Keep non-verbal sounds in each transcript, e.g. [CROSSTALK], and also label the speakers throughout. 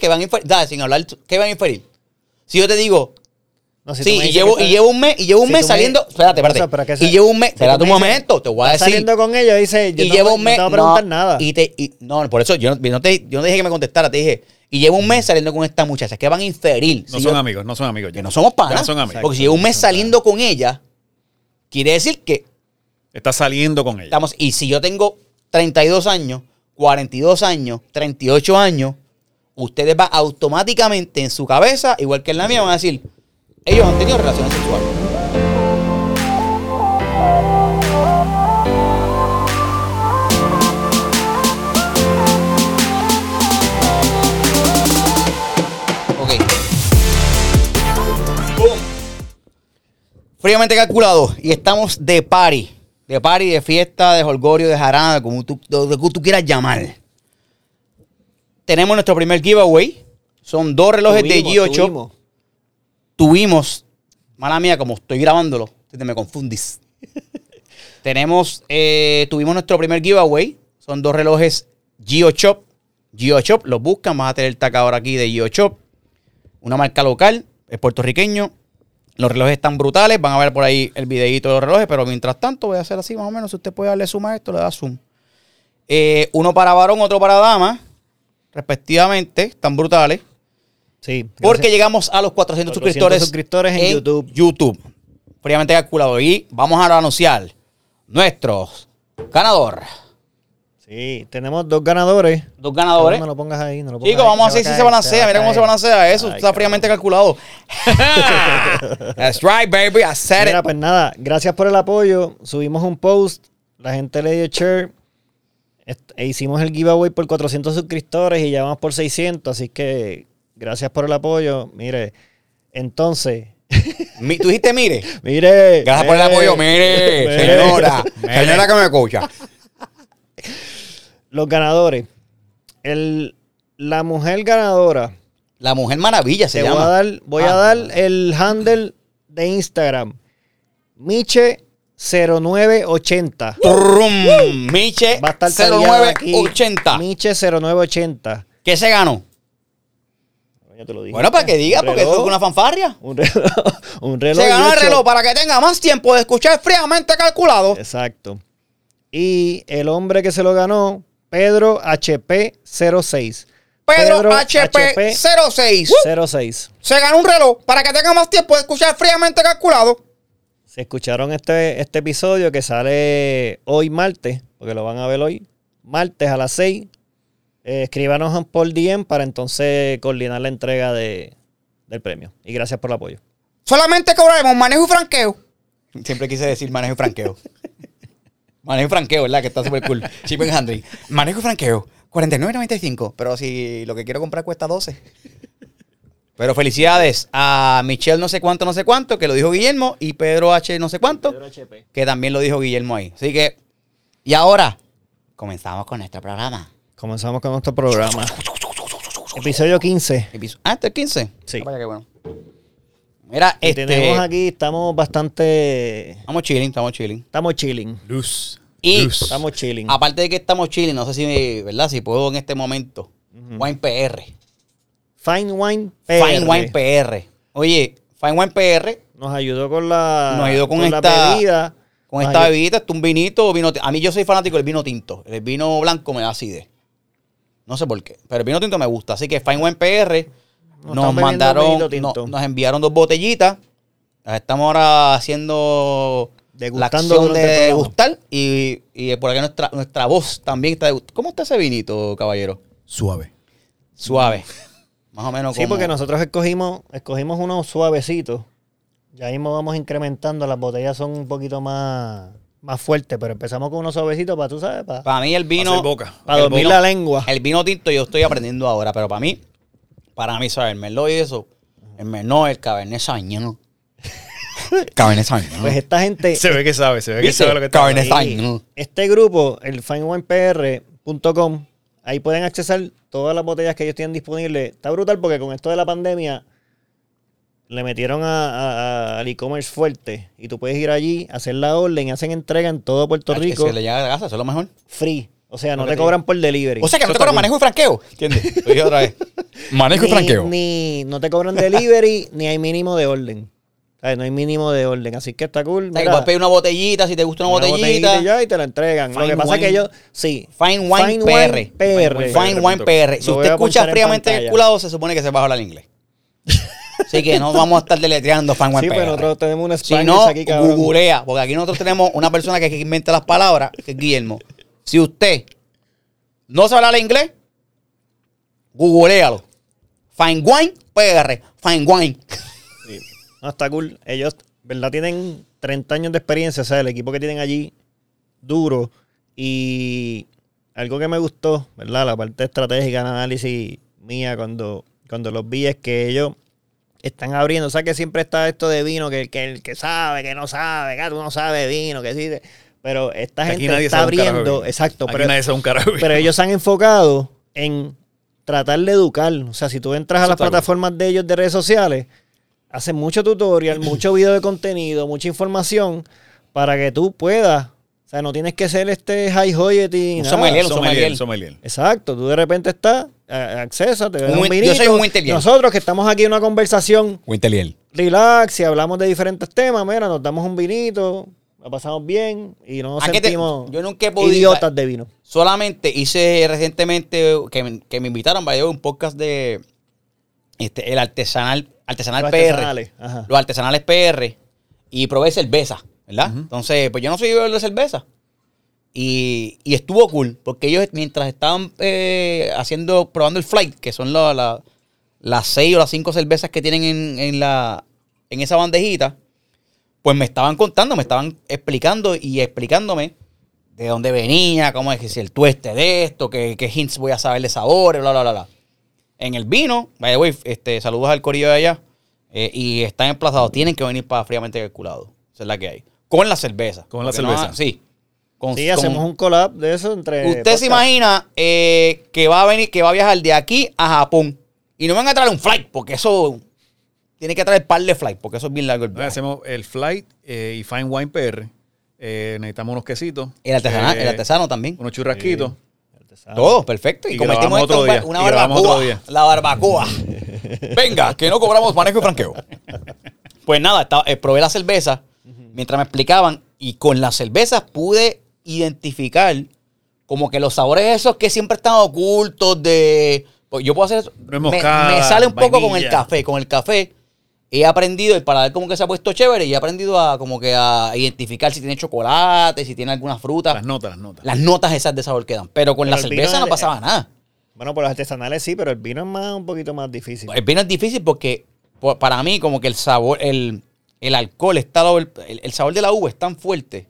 Speaker 1: que van a inferir. Dale, sin hablar, ¿qué van a inferir? Si yo te digo,
Speaker 2: No, si tú
Speaker 1: sí,
Speaker 2: me
Speaker 1: y
Speaker 2: dices
Speaker 1: llevo,
Speaker 2: que
Speaker 1: y
Speaker 2: está-
Speaker 1: llevo un mes, y llevo un
Speaker 2: si
Speaker 1: mes
Speaker 2: tú me-
Speaker 1: saliendo. Espérate,
Speaker 2: Por
Speaker 1: espérate.
Speaker 2: eso, pero que
Speaker 1: y
Speaker 2: se-
Speaker 1: llevo un mes.
Speaker 2: si tú me
Speaker 1: Espérate un
Speaker 2: dices,
Speaker 1: momento, te voy a
Speaker 2: estás
Speaker 1: decir.
Speaker 2: saliendo con ellos, dice, yo
Speaker 1: y
Speaker 2: no,
Speaker 1: llevo
Speaker 2: no
Speaker 1: un mes.
Speaker 2: te voy a preguntar
Speaker 1: no,
Speaker 2: nada.
Speaker 1: Y te, y- no, por eso yo no, no te, yo no dije que me contestara, te dije. Y llevo un mes saliendo con esta muchacha. ¿Qué van a inferir?
Speaker 3: No
Speaker 1: Si
Speaker 3: son
Speaker 1: yo-
Speaker 3: amigos, no son amigos. ya.
Speaker 1: que no somos
Speaker 3: Ya
Speaker 1: panas.
Speaker 3: son amigos.
Speaker 1: Porque si llevo un mes saliendo con ella, quiere decir que
Speaker 3: Está saliendo con ella.
Speaker 1: estamos. Y si yo tengo 32 años, 42 años, 38 años, ustedes van automáticamente en su cabeza, igual que en la mía, van a decir: ellos han tenido relaciones sexuales. Ok. Boom. Fríamente calculado. Y estamos de party. De party, de fiesta, de holgorio, de jarana, como tú, lo que tú quieras llamar. Tenemos nuestro primer giveaway. Son dos relojes
Speaker 2: Tuvimos,
Speaker 1: de G8. Tuvimos.
Speaker 2: tuvimos.
Speaker 1: Mala mía, como estoy grabándolo, te me confundís. Tenemos, eh, tuvimos nuestro primer giveaway. Son dos relojes GeoShop. GeoShop, los buscan. Vas a tener el tag ahora aquí de GeoShop. Una marca local, es puertorriqueño. Los relojes están brutales. Van a ver por ahí el videito de los relojes. Pero mientras tanto, voy a hacer así más o menos. Si usted puede darle zoom a esto, le da zoom. Eh, uno para varón, otro para dama. Respectivamente, están brutales.
Speaker 2: Sí. gracias.
Speaker 1: Porque llegamos a los 400,
Speaker 2: 400
Speaker 1: suscriptores,
Speaker 2: suscriptores en YouTube.
Speaker 1: YouTube. Fríamente calculado. Y vamos a anunciar nuestros ganador.
Speaker 2: Sí, tenemos dos ganadores.
Speaker 1: Dos ganadores.
Speaker 2: No me lo pongas ahí, no lo pongas
Speaker 1: Chicos,
Speaker 2: ahí,
Speaker 1: vamos a
Speaker 2: se
Speaker 1: ver si
Speaker 2: va
Speaker 1: se
Speaker 2: caer, va
Speaker 1: balancea.
Speaker 2: a
Speaker 1: Mira cómo se
Speaker 2: caer.
Speaker 1: balancea eso.
Speaker 2: Ay,
Speaker 1: Está fríamente
Speaker 2: [LAUGHS]
Speaker 1: calculado. That's right, baby. I said
Speaker 2: Mira,
Speaker 1: it.
Speaker 2: pues nada, gracias por el apoyo. Subimos un post, la gente le dio share. Est- e hicimos el giveaway por 400 suscriptores y ya vamos por 600, así que gracias por el apoyo. Mire, entonces,
Speaker 1: Mi- Tú dijiste, mire.
Speaker 2: mire.
Speaker 1: Gracias por el
Speaker 2: mire,
Speaker 1: apoyo. Mire,
Speaker 2: [LAUGHS] mire.
Speaker 1: señora. Señora que me escucha.
Speaker 2: Los ganadores. El, la mujer ganadora.
Speaker 1: La Mujer Maravilla se
Speaker 2: Te voy
Speaker 1: llama.
Speaker 2: a dar, voy a
Speaker 1: Ah.
Speaker 2: dar el handle de Instagram. Miche0980.
Speaker 1: Trum, Miche
Speaker 2: Va a estar tallado aquí.
Speaker 1: 0980.
Speaker 2: Miche0980.
Speaker 1: ¿Qué se ganó?
Speaker 2: Ya te lo dije.
Speaker 1: Bueno, para que diga,
Speaker 2: Un
Speaker 1: porque eso
Speaker 2: reloj,
Speaker 1: es una fanfarria.
Speaker 2: Un reloj. Un reloj.
Speaker 1: Se ganó el
Speaker 2: Yocho.
Speaker 1: reloj para que tenga más tiempo de escuchar fríamente calculado.
Speaker 2: Exacto. Y el hombre que se lo ganó, Pedro HP06.
Speaker 1: Pedro, HP06.
Speaker 2: 06.
Speaker 1: Se ganó un reloj para que tenga más tiempo de escuchar fríamente calculado.
Speaker 2: Si escucharon este, este episodio que sale hoy martes, porque lo van a ver hoy, martes a las 6, eh, escríbanos por DM para entonces coordinar la entrega de, del premio. Y gracias por el apoyo.
Speaker 1: Solamente cobraremos manejo y franqueo. Siempre quise decir manejo y franqueo. [LAUGHS] manejo y franqueo, ¿verdad? Que está súper cool. Chip and Handry. Manejo y franqueo. 49.95. Pero si lo que quiero comprar cuesta 12. Pero felicidades a Michelle no sé cuánto, no sé cuánto, que lo dijo Guillermo, y Pedro H no sé cuánto, que también lo dijo Guillermo ahí. Así que, y ahora, comenzamos con nuestro programa.
Speaker 2: Comenzamos con nuestro programa. Episodio 15.
Speaker 1: Episo- Ah, este es 15.
Speaker 2: Sí.
Speaker 1: Ah, vaya, qué bueno. Mira,
Speaker 2: Y
Speaker 1: este,
Speaker 2: tenemos aquí, estamos bastante...
Speaker 1: estamos chilling, estamos chilling.
Speaker 2: Estamos chilling.
Speaker 3: Luz.
Speaker 1: Y-
Speaker 3: Luz.
Speaker 2: Estamos chilling.
Speaker 1: Aparte de que estamos chilling, no sé si, ¿verdad? Si puedo en este momento. Wine PR.
Speaker 2: Fine Wine PR.
Speaker 1: Fine Wine PR. Oye, Fine Wine PR,
Speaker 2: Nos ayudó con la,
Speaker 1: Nos ayudó con esta-
Speaker 2: la bebida.
Speaker 1: con
Speaker 2: Nos
Speaker 1: esta
Speaker 2: ayudó-
Speaker 1: bebida, esto un vinito, vino ti- A mí yo soy fanático del vino tinto. El vino blanco me da acidez. No sé por qué, pero el vino tinto me gusta. Así que Fine Wine PR
Speaker 2: Nos
Speaker 1: nos
Speaker 2: están bebiendo
Speaker 1: mandaron,
Speaker 2: vinito tinto.
Speaker 1: no- nos enviaron dos botellitas. Las estamos ahora haciendo
Speaker 2: Degustando
Speaker 1: la acción
Speaker 2: durante
Speaker 1: de
Speaker 2: el programa.
Speaker 1: degustar y, y por acá nuestra, nuestra voz también está degust- ¿Cómo está ese vinito, caballero?
Speaker 3: Suave.
Speaker 2: [LAUGHS]
Speaker 1: Suave. Más o menos
Speaker 2: Sí,
Speaker 1: Ah, como-
Speaker 2: porque nosotros escogimos, escogimos unos suavecitos. Ya mismo vamos incrementando. Las botellas son un poquito más, más fuertes, pero empezamos con unos suavecitos para, tú sabes, para,
Speaker 1: Para mí el vino...
Speaker 3: Hacer boca.
Speaker 2: para dormir
Speaker 1: vino-
Speaker 2: la lengua.
Speaker 1: El vino tinto yo estoy aprendiendo ahora, pero para mí, para mí, ¿sabes? El merlot y eso. El merlot, el cabernet
Speaker 2: [LAUGHS]
Speaker 1: sauvignon. cabernet sauvignon.
Speaker 2: Pues esta
Speaker 1: [LAUGHS]
Speaker 2: gente,
Speaker 3: Se ve que sabe, se ve que
Speaker 1: ¿Viste?
Speaker 3: sabe lo que está
Speaker 1: Cabernet
Speaker 3: hablando.
Speaker 2: sí,
Speaker 1: Sauvignon.
Speaker 2: este grupo, el finewinepr.com, ahí pueden accesar todas las botellas que ellos tienen disponibles. Está brutal porque con esto de la pandemia le metieron a- a- a- al e-commerce fuerte y tú puedes ir allí, hacer la orden, hacen entrega en todo Puerto
Speaker 1: Ah, que
Speaker 2: Rico
Speaker 1: Se le llega a la casa, eso es lo mejor.
Speaker 2: free. O sea, no
Speaker 1: Lo que
Speaker 2: te
Speaker 1: te
Speaker 2: cobran por delivery.
Speaker 1: O sea que no
Speaker 3: Eso
Speaker 1: te cobran
Speaker 3: está cool.
Speaker 1: manejo y franqueo. ¿Entiendes? [LAUGHS] Lo dije otra vez.
Speaker 4: Manejo y
Speaker 2: Ni-
Speaker 4: franqueo.
Speaker 2: Ni, no te cobran delivery, [LAUGHS] ni hay mínimo de orden. O sea, no hay mínimo de orden. Así que está cool.
Speaker 1: O sea, que
Speaker 2: mira,
Speaker 1: puedes pedir una botellita, si te gusta una,
Speaker 2: una
Speaker 1: botellita.
Speaker 2: botellita y ya, y te la entregan. Lo
Speaker 1: Fine
Speaker 2: que pasa es que
Speaker 1: wine.
Speaker 2: yo, sí.
Speaker 1: Fine Wine PR.
Speaker 2: PR.
Speaker 1: Fine Wine PR. Si
Speaker 2: pues, Lo voy
Speaker 1: usted escucha
Speaker 2: a apuntar en
Speaker 1: fríamente
Speaker 2: pantalla.
Speaker 1: calculado, se supone que se va a hablar inglés.
Speaker 2: [LAUGHS]
Speaker 1: Así que no vamos a estar deletreando Fine Wine
Speaker 2: Sí,
Speaker 1: PR.
Speaker 2: pero nosotros tenemos un
Speaker 1: si
Speaker 2: Spanish
Speaker 1: no,
Speaker 2: aquí, cabrón.
Speaker 1: googlea, porque aquí nosotros tenemos una persona que inventa las palabras, que es Guillermo. Si usted no sabe hablar inglés, googlealo. Fine Wine PR. Fine Wine.
Speaker 2: No, está cool. Ellos, ¿verdad? Tienen 30 años de experiencia, o sea, el equipo que tienen allí, duro. Y algo que me gustó, ¿verdad? La parte estratégica, el análisis mía cuando, cuando los vi es que ellos están abriendo. O sea, que siempre está esto de vino, que, que el que sabe, que no sabe, que tú no sabes de vino, que sí. Pero esta
Speaker 3: Aquí
Speaker 2: gente
Speaker 3: nadie
Speaker 2: está
Speaker 3: sabe un carajo de
Speaker 2: abriendo.
Speaker 3: vino.
Speaker 2: Exacto,
Speaker 3: Aquí
Speaker 2: pero
Speaker 3: nadie sabe un carajo. de
Speaker 2: pero
Speaker 3: vino.
Speaker 2: ellos se han enfocado en tratar de educar. O sea, si tú entras a
Speaker 3: Eso
Speaker 2: las
Speaker 3: está cool.
Speaker 2: plataformas de ellos de redes sociales, hacen mucho
Speaker 1: [CLEARS THROAT]
Speaker 2: tutorial, mucho video de contenido, mucha información para que tú puedas. O sea, no tienes que ser este high hoyety.
Speaker 1: Un
Speaker 2: nada.
Speaker 1: sommelier. Sommelier,
Speaker 3: Sommelier,
Speaker 1: sommelier.
Speaker 3: sommelier.
Speaker 2: Exacto, tú de repente estás, a- accesa, te ves
Speaker 1: Un
Speaker 2: un,
Speaker 1: win-
Speaker 2: vinito.
Speaker 1: yo soy un winter beer.
Speaker 2: Nosotros que estamos aquí en una conversación
Speaker 4: Winteliel.
Speaker 2: relax y hablamos de diferentes temas, mira, nos damos un vinito, la pasamos bien y no nos
Speaker 1: ¿A qué te-
Speaker 2: sentimos
Speaker 1: yo nunca he podido-
Speaker 2: idiotas de vino.
Speaker 1: Solamente hice recientemente que, me- que me invitaron para un podcast de este, el artesanal, artesanal
Speaker 2: Los
Speaker 1: PR.
Speaker 2: artesanales, ajá.
Speaker 1: Los artesanales PR. Y probé cerveza, ¿verdad?
Speaker 3: Ujú.
Speaker 1: Entonces, pues yo no soy bebedor de cerveza. Y, y estuvo cool, porque ellos mientras estaban eh, haciendo, probando el flight, que son la- la- las seis o las cinco cervezas que tienen en, en la, en esa bandejita, pues me estaban contando, me estaban explicando y explicándome de dónde venía, cómo es que si el tueste de esto, qué, qué hints voy a saber de sabores, bla, bla, bla, bla. En el vino, by the way, este, saludos al corillo de allá, eh, y están emplazados, tienen que venir para fríamente calculado, esa es la que hay. Con la cerveza.
Speaker 3: Con la
Speaker 1: Porque no
Speaker 3: cerveza.
Speaker 1: ha- sí. Con,
Speaker 2: Sí,
Speaker 1: con-
Speaker 2: hacemos un collab de eso entre.
Speaker 1: Usted
Speaker 2: podcast.
Speaker 1: se imagina eh, que va a venir, que va a viajar de aquí a Japón y no van a traer un flight, porque eso tiene que traer par de flight, porque eso es bien largo el
Speaker 3: Ahora
Speaker 1: viaje.
Speaker 3: Hacemos el flight eh, y fine wine PR. Eh, necesitamos unos quesitos.
Speaker 1: El artesano,
Speaker 3: eh,
Speaker 1: el artesano también.
Speaker 3: Unos churrasquitos.
Speaker 1: Todo, perfecto. Y,
Speaker 3: Y
Speaker 1: convertimos
Speaker 3: grabamos
Speaker 1: esto en
Speaker 3: otro
Speaker 1: ba-
Speaker 3: día,
Speaker 1: una
Speaker 3: y grabamos otro
Speaker 1: barbacoa.
Speaker 3: día.
Speaker 1: La
Speaker 3: [LAUGHS]
Speaker 1: barbacoa.
Speaker 4: Venga, que no cobramos manejo y franqueo.
Speaker 1: Pues nada, estaba- eh, probé la cerveza mientras me explicaban y con las cervezas pude identificar como que los sabores esos que siempre están ocultos de... pues yo puedo hacer eso.
Speaker 3: Nuez
Speaker 1: me,
Speaker 3: moscada,
Speaker 1: me sale un poco con el
Speaker 3: vainilla.
Speaker 1: café. Con el café he aprendido, el paladar como que se ha puesto chévere y he aprendido a como que a identificar si tiene chocolate, si tiene alguna fruta.
Speaker 3: Las
Speaker 1: Las,
Speaker 3: notas, las notas.
Speaker 1: notas esas de sabor que dan. Pero con
Speaker 2: Pero
Speaker 1: la
Speaker 2: el vino
Speaker 1: cerveza
Speaker 2: es
Speaker 1: no
Speaker 2: de-
Speaker 1: pasaba nada.
Speaker 2: Bueno, por los artesanales sí, pero el vino es más, un poquito más difícil.
Speaker 1: El vino es difícil porque po- para mí como que el sabor, el, el alcohol está doble- el, el sabor de la uva es tan fuerte.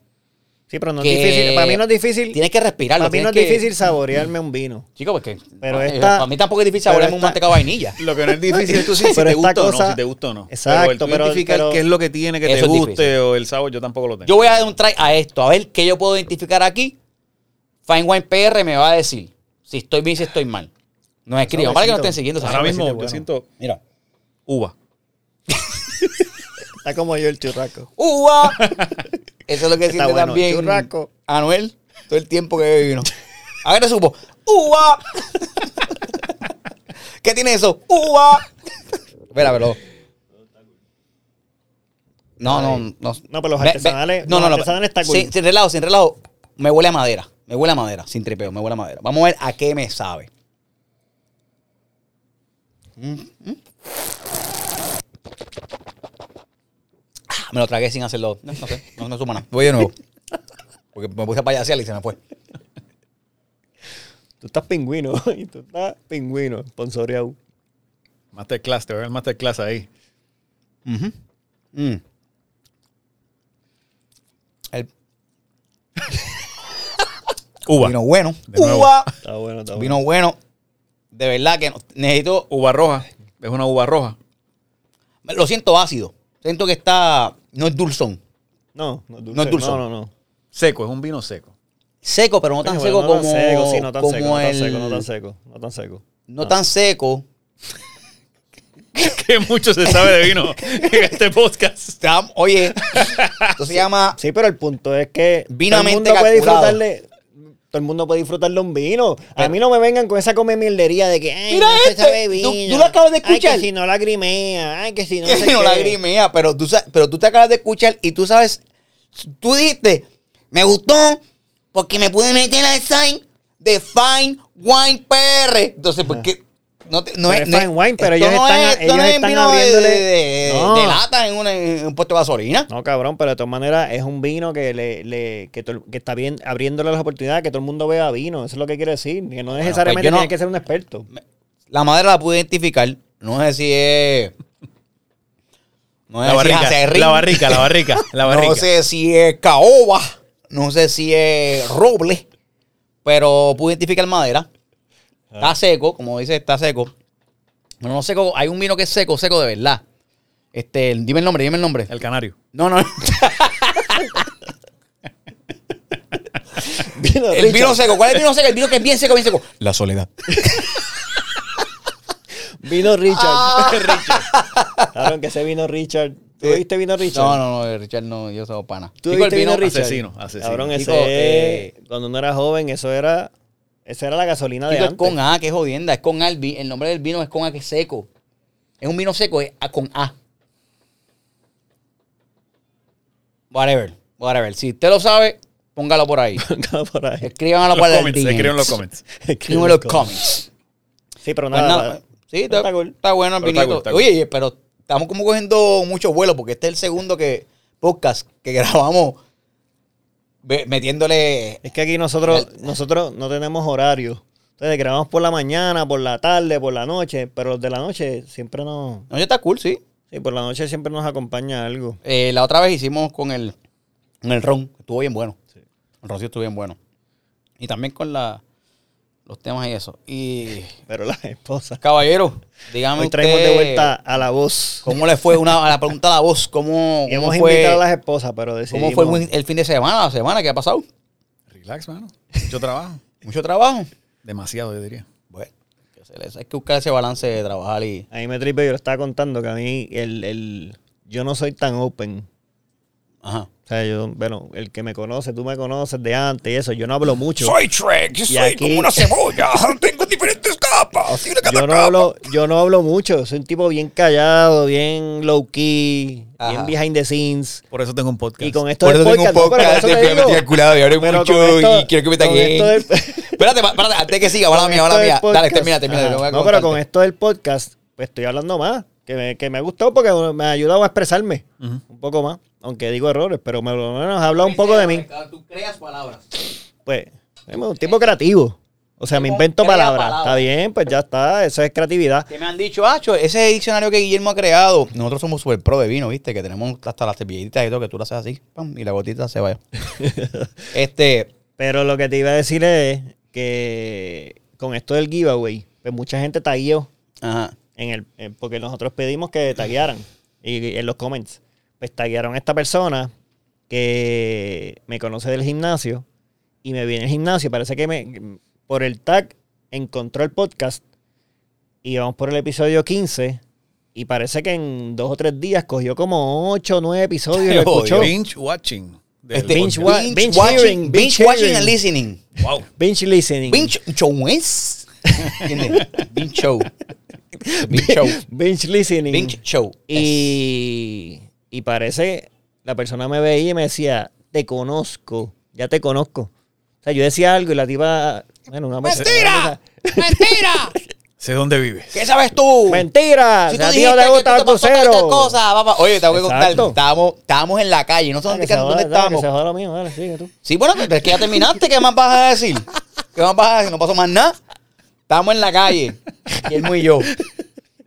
Speaker 2: Sí, pero no es
Speaker 1: que-
Speaker 2: difícil. Para mí no es difícil.
Speaker 1: Tienes que respirarlo.
Speaker 2: para mí no es
Speaker 1: tienes que-
Speaker 2: difícil saborearme un vino.
Speaker 1: Chico, pues que.
Speaker 2: Pero
Speaker 1: no, eh,
Speaker 2: esta-
Speaker 1: para mí tampoco es difícil
Speaker 2: pero
Speaker 1: saborearme un
Speaker 2: esta-
Speaker 1: mantecado de vainilla.
Speaker 3: Lo que no es difícil es tú sí, si
Speaker 2: Pero
Speaker 3: te
Speaker 2: esta
Speaker 3: gusta o no,
Speaker 2: cosa-
Speaker 3: si te gusta o no.
Speaker 2: Exacto,
Speaker 3: pero, el tú
Speaker 2: pero-
Speaker 3: identificar
Speaker 2: pero-
Speaker 3: qué es lo que tiene que
Speaker 1: Eso
Speaker 3: te
Speaker 1: es
Speaker 3: guste
Speaker 1: difícil.
Speaker 3: o el sabor, yo tampoco lo tengo.
Speaker 1: Yo voy a dar un try a esto, a ver qué yo puedo identificar aquí. Fine Wine PR me va a decir si estoy bien, si estoy mal. Nos escriban para que nos estén siguiendo.
Speaker 3: Ahora
Speaker 1: ¿sabes?
Speaker 3: mismo
Speaker 2: decirte,
Speaker 3: yo
Speaker 2: bueno.
Speaker 3: siento
Speaker 1: Mira.
Speaker 3: uva.
Speaker 2: Está como yo el churraco. [LAUGHS]
Speaker 1: ¡Uva! Eso es lo que
Speaker 2: Está
Speaker 1: siente
Speaker 2: bueno,
Speaker 1: también
Speaker 2: churraco.
Speaker 1: Anuel todo el tiempo que bebe vino. [LAUGHS] A ver, te supo. ¡Uva! [LAUGHS] ¿Qué tiene eso? ¡Uva! [LAUGHS] Espera, pero. No, no, no.
Speaker 2: No, pero los
Speaker 1: Ve- ve-
Speaker 2: artesanales-
Speaker 1: no,
Speaker 2: los
Speaker 1: no, no.
Speaker 2: artesanales está cool.
Speaker 1: sin, sin relajo, sin relajo. Me huele a madera. Me huele a madera. Sin tripeo, me huele a madera. Vamos a ver a qué me sabe. Ah, Me lo tragué sin hacerlo. No, no sé, no, no suma nada. Voy de nuevo. Porque me puse a payasear y se me fue.
Speaker 2: Tú estás pingüino. [LAUGHS] y tú estás pingüino. Sponsoreado.
Speaker 3: Masterclass, te voy a ver el masterclass ahí.
Speaker 1: Mm. El
Speaker 3: Uva.
Speaker 1: vino bueno.
Speaker 3: De nuevo.
Speaker 1: Uva.
Speaker 2: Está bueno, está bueno.
Speaker 1: Vino bueno. De verdad que no- necesito.
Speaker 3: Uva roja. Es una uva roja.
Speaker 1: Lo siento ácido. Siento que está. No es dulzón.
Speaker 2: No, no es dulce.
Speaker 1: No es dulce.
Speaker 2: No, no, no.
Speaker 3: Seco, es un vino seco. [LAUGHS]
Speaker 1: Seco, pero no tan
Speaker 2: Coño,
Speaker 1: seco
Speaker 2: pero no tan
Speaker 1: como.
Speaker 2: seco, sí, no tan
Speaker 1: como
Speaker 2: seco, no tan
Speaker 1: el-
Speaker 2: seco, no tan seco, no tan seco.
Speaker 1: no tan seco.
Speaker 3: que mucho se sabe de vino [LAUGHS] en este podcast.
Speaker 1: Está-
Speaker 2: [LAUGHS]
Speaker 1: Oye, esto se llama
Speaker 2: Sí, pero el punto es que
Speaker 1: Vinamente
Speaker 2: todo el mundo puede
Speaker 1: calculado.
Speaker 2: disfrutarle. Todo el mundo puede disfrutar de un vino. a mí no me vengan con esa comemildería de que, ay,
Speaker 1: Mira
Speaker 2: no se
Speaker 1: este.
Speaker 2: sabe
Speaker 1: Tú-
Speaker 2: vino.
Speaker 1: tú lo acabas de escuchar.
Speaker 2: Ay, que si no lagrimea. Ay, que si
Speaker 1: [LAUGHS]
Speaker 2: no
Speaker 1: Que
Speaker 2: sé
Speaker 1: no
Speaker 2: qué.
Speaker 1: la grimea, pero tú, sa- pero tú te acabas de escuchar y tú sabes, tú dijiste, me gustó porque me pude meter al sign de Fine Wine PR. Entonces, ¿por qué? No, te- no
Speaker 2: Pero es Fine Wine, pero
Speaker 1: esto
Speaker 2: ellos
Speaker 1: no
Speaker 2: están-
Speaker 1: es- esto no
Speaker 2: ellos
Speaker 1: es
Speaker 2: están
Speaker 1: vino de-
Speaker 2: abriéndole-
Speaker 1: de, de-
Speaker 2: No.
Speaker 1: de lata en, una- en un puesto de gasolina.
Speaker 2: No, cabrón, pero de todas maneras es un vino que le, le- que, tol- que está bien abriéndole las oportunidades que todo el mundo vea vino. Eso es lo que quiere decir. Que no necesariamente
Speaker 1: pues yo no-
Speaker 2: tiene que ser un experto.
Speaker 1: La madera la pude identificar. No sé si es. No sé
Speaker 3: La barrica,
Speaker 1: si es acerrín.
Speaker 3: la barrica, la barrica, la barrica.
Speaker 1: No sé si es caoba, no sé si es roble, pero pude identificar madera.
Speaker 3: Ah.
Speaker 1: Está seco, como dice, está seco. Bueno, no seco, hay un vino que es seco, seco de verdad. Este, dime el nombre, dime el nombre.
Speaker 3: El canario.
Speaker 1: No, [LAUGHS] no,
Speaker 2: [LAUGHS] Vino
Speaker 1: el
Speaker 2: Richard.
Speaker 1: vino seco. ¿Cuál es el vino seco? El vino que es bien seco, bien seco.
Speaker 4: La soledad.
Speaker 2: Vino Richard.
Speaker 1: Ah.
Speaker 2: [LAUGHS] Claro, que ese vino Richard. ¿Tú viste vino Richard?
Speaker 1: Eh, No, no, no, Richard no, yo soy pana.
Speaker 2: ¿Tú
Speaker 1: Chico, el
Speaker 2: viste vino
Speaker 1: vino-
Speaker 2: Richard?
Speaker 3: asesino, asesino.
Speaker 2: Cabrón, ese
Speaker 1: Chico,
Speaker 2: es-
Speaker 1: eh,
Speaker 2: cuando uno era joven, eso era esa era la gasolina de
Speaker 1: Chico, es
Speaker 2: antes. [LAUGHS]
Speaker 1: con A, que es jodienda. Es con A. El, vi- el nombre del vino es con A, que es seco. Es un vino seco, es a- con A. Whatever, whatever. Si usted lo sabe, póngalo por
Speaker 3: [LAUGHS]
Speaker 1: ahí.
Speaker 2: Por ahí.
Speaker 1: Escríbanlo
Speaker 3: Los
Speaker 1: por el
Speaker 3: comments, escriban los comments.
Speaker 2: [LAUGHS]
Speaker 1: Escríbanlo los
Speaker 3: [LAUGHS]
Speaker 1: comments.
Speaker 2: Sí, pero
Speaker 1: Pues
Speaker 2: nada.
Speaker 1: nada, sí, está,
Speaker 2: está cool.
Speaker 1: está bueno el
Speaker 3: Pero está
Speaker 1: vinito.
Speaker 3: cool, está cool.
Speaker 1: Oye, pero estamos como cogiendo mucho vuelo porque este es el segundo que podcast que [LAUGHS] grabamos ve- metiéndole
Speaker 2: Es que aquí nosotros, nosotros no tenemos horario. Entonces grabamos por la mañana, por la tarde, por la noche, pero los de la noche siempre nos...
Speaker 1: No, ya está cool, sí.
Speaker 2: Sí, por la noche siempre nos acompaña algo.
Speaker 1: Eh, la otra vez hicimos con el, con el ron. Estuvo bien bueno. El roncito estuvo bien bueno. Y también con la, los temas y eso. Y,
Speaker 2: Pero las esposas. [LAUGHS]
Speaker 1: caballero, dígame
Speaker 2: Hoy traemos
Speaker 1: usted,
Speaker 2: de vuelta a la voz.
Speaker 1: ¿Cómo le fue una, a la pregunta a la voz? ¿Cómo,
Speaker 2: Y
Speaker 1: cómo
Speaker 2: hemos
Speaker 1: fue,
Speaker 2: invitado a las esposas, pero
Speaker 1: cómo
Speaker 2: decidimos...
Speaker 1: fue el win- el fin de semana, la semana que ha pasado?
Speaker 3: Relax, mano. Mucho trabajo.
Speaker 1: ¿Mucho trabajo?
Speaker 3: Demasiado, yo diría.
Speaker 1: Bueno, que se les- hay que buscar ese balance de trabajar y...
Speaker 2: A mí me tripe, yo le estaba contando que a mí el, el, yo no soy tan open.
Speaker 1: Ajá.
Speaker 2: O sea, yo, bueno, el que me conoce, tú me conoces de antes y eso, yo no hablo mucho.
Speaker 4: Soy Trek, yo soy
Speaker 2: aquí-
Speaker 4: como una cebolla. [LAUGHS] Tengo diferentes
Speaker 2: [LAUGHS]
Speaker 4: capas. y una cada
Speaker 2: Yo no
Speaker 4: capa.
Speaker 2: hablo, yo no hablo mucho, soy un tipo bien callado, bien low key,
Speaker 1: Ajá.
Speaker 2: bien behind the scenes.
Speaker 3: Por eso tengo un podcast.
Speaker 2: Y con este esto
Speaker 4: Por
Speaker 2: del
Speaker 4: eso tengo un
Speaker 2: podcast, no,
Speaker 4: podcast
Speaker 2: pero con
Speaker 4: de
Speaker 2: eso te
Speaker 4: que me
Speaker 2: digo,
Speaker 4: metí al culado y hablé
Speaker 2: pero
Speaker 4: mucho
Speaker 2: con esto-
Speaker 4: y quiero que me
Speaker 2: con esto
Speaker 4: taquen.
Speaker 2: del-
Speaker 1: Espérate, pa- espérate, antes que siga, mala
Speaker 2: con
Speaker 1: mía,
Speaker 2: esto
Speaker 1: mala
Speaker 4: este,
Speaker 2: del
Speaker 1: mía. Dale,
Speaker 2: podcast-
Speaker 1: termina, termina.
Speaker 2: Ajá.
Speaker 1: yo voy a
Speaker 2: No, pero con
Speaker 1: contarte.
Speaker 2: esto del podcast, pues estoy hablando más, que me, que me ha gustado porque me ha ayudado a expresarme
Speaker 3: Ujú.
Speaker 2: un poco más, aunque digo errores, pero me, por lo menos ha hablado un poco de mí.
Speaker 1: Tú creas palabras.
Speaker 2: Pues, es un tipo creativo. O sea, me
Speaker 1: Tipo
Speaker 2: invento
Speaker 1: crea
Speaker 2: palabras.
Speaker 1: palabras.
Speaker 2: Está bien, pues ya está. Eso es creatividad.
Speaker 1: Que me han dicho, Acho, ese diccionario que Guillermo ha creado. Nosotros somos super pro de vino, ¿viste? Que tenemos hasta las servilletitas y todo, que tú la haces así, pam, y la gotita se vaya. este,
Speaker 2: Pero lo que te iba a decir es que con esto del giveaway, pues mucha gente tagueó
Speaker 1: ajá.
Speaker 2: en el, en- porque nosotros pedimos que taguearan y, y en los comments. Pues taguearon a esta persona que me conoce del gimnasio y me viene al gimnasio. Parece que me por el tag encontró el podcast y vamos por el episodio 15 y parece que en dos o tres días cogió como ocho o nueve episodios y lo
Speaker 1: Joder.
Speaker 2: escuchó.
Speaker 3: Binge watching. del
Speaker 1: Este,
Speaker 2: binge
Speaker 3: podcast.
Speaker 2: wa-
Speaker 1: binge
Speaker 2: binge
Speaker 1: watching,
Speaker 2: hearing,
Speaker 1: binge
Speaker 2: binge
Speaker 1: watching
Speaker 2: hearing.
Speaker 1: and listening.
Speaker 3: Wow.
Speaker 2: Binge listening.
Speaker 1: Binge show es. ¿Entiendes? Binge show. Binge show.
Speaker 2: Binge listening.
Speaker 1: Binge show.
Speaker 2: Y, y parece, la persona me veía y me decía, te conozco, ya te conozco. O sea, yo decía algo y la tipa, bueno, una persona-
Speaker 1: ¡Mentira! ¡Mentira!
Speaker 3: Sé dónde vives.
Speaker 1: [LAUGHS] ¿Qué sabes tú?
Speaker 2: ¡Mentira!
Speaker 1: Si
Speaker 2: O sea,
Speaker 1: tú
Speaker 2: a ti
Speaker 1: dijiste
Speaker 2: no te
Speaker 1: que tú
Speaker 2: gusta
Speaker 1: te
Speaker 2: el
Speaker 1: pasó tal
Speaker 2: crucero.
Speaker 1: cosa, papá. Oye, te voy a contar.
Speaker 2: Exacto.
Speaker 1: Estábamos, estábamos en la calle, no sé
Speaker 2: Ah,
Speaker 1: dónde,
Speaker 2: que se joda,
Speaker 1: dónde
Speaker 2: dale, que
Speaker 1: estábamos.
Speaker 2: se joda lo mío, dale, sigue tú.
Speaker 1: Sí, bueno, pero es que ya terminaste. ¿Qué más vas a decir? ¿Qué más vas a decir? No pasó más nada. Estábamos en la calle, Guillermo y yo.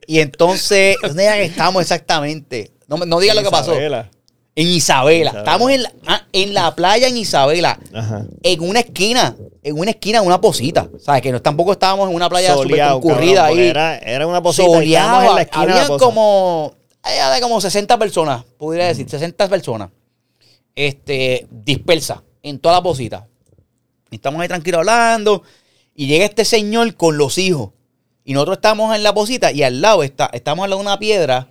Speaker 1: Y entonces, ¿dónde era que estábamos exactamente? No, me- no digas lo que pasó. En
Speaker 2: Isabela.
Speaker 1: Isabela.
Speaker 2: Isabela.
Speaker 1: Estábamos en la, ah, en la playa en Isabela.
Speaker 2: Ajá.
Speaker 1: En una esquina, en una esquina, una posita. ¿Sabes? Que no, tampoco estábamos en una playa súper
Speaker 2: Soleado,
Speaker 1: concurrida
Speaker 2: cabrón, porque
Speaker 1: ahí.
Speaker 2: Era, era una posita. y estábamos en
Speaker 1: Soleaba.
Speaker 2: la esquina de la
Speaker 1: Habían
Speaker 2: posa.
Speaker 1: como, eh, había de como 60 personas, pudiera decir, 60 personas este, dispersas en toda la posita. Y Estamos ahí tranquilos hablando y llega este señor con los hijos. Y nosotros estamos en la posita y al lado está, estamos al lado de una piedra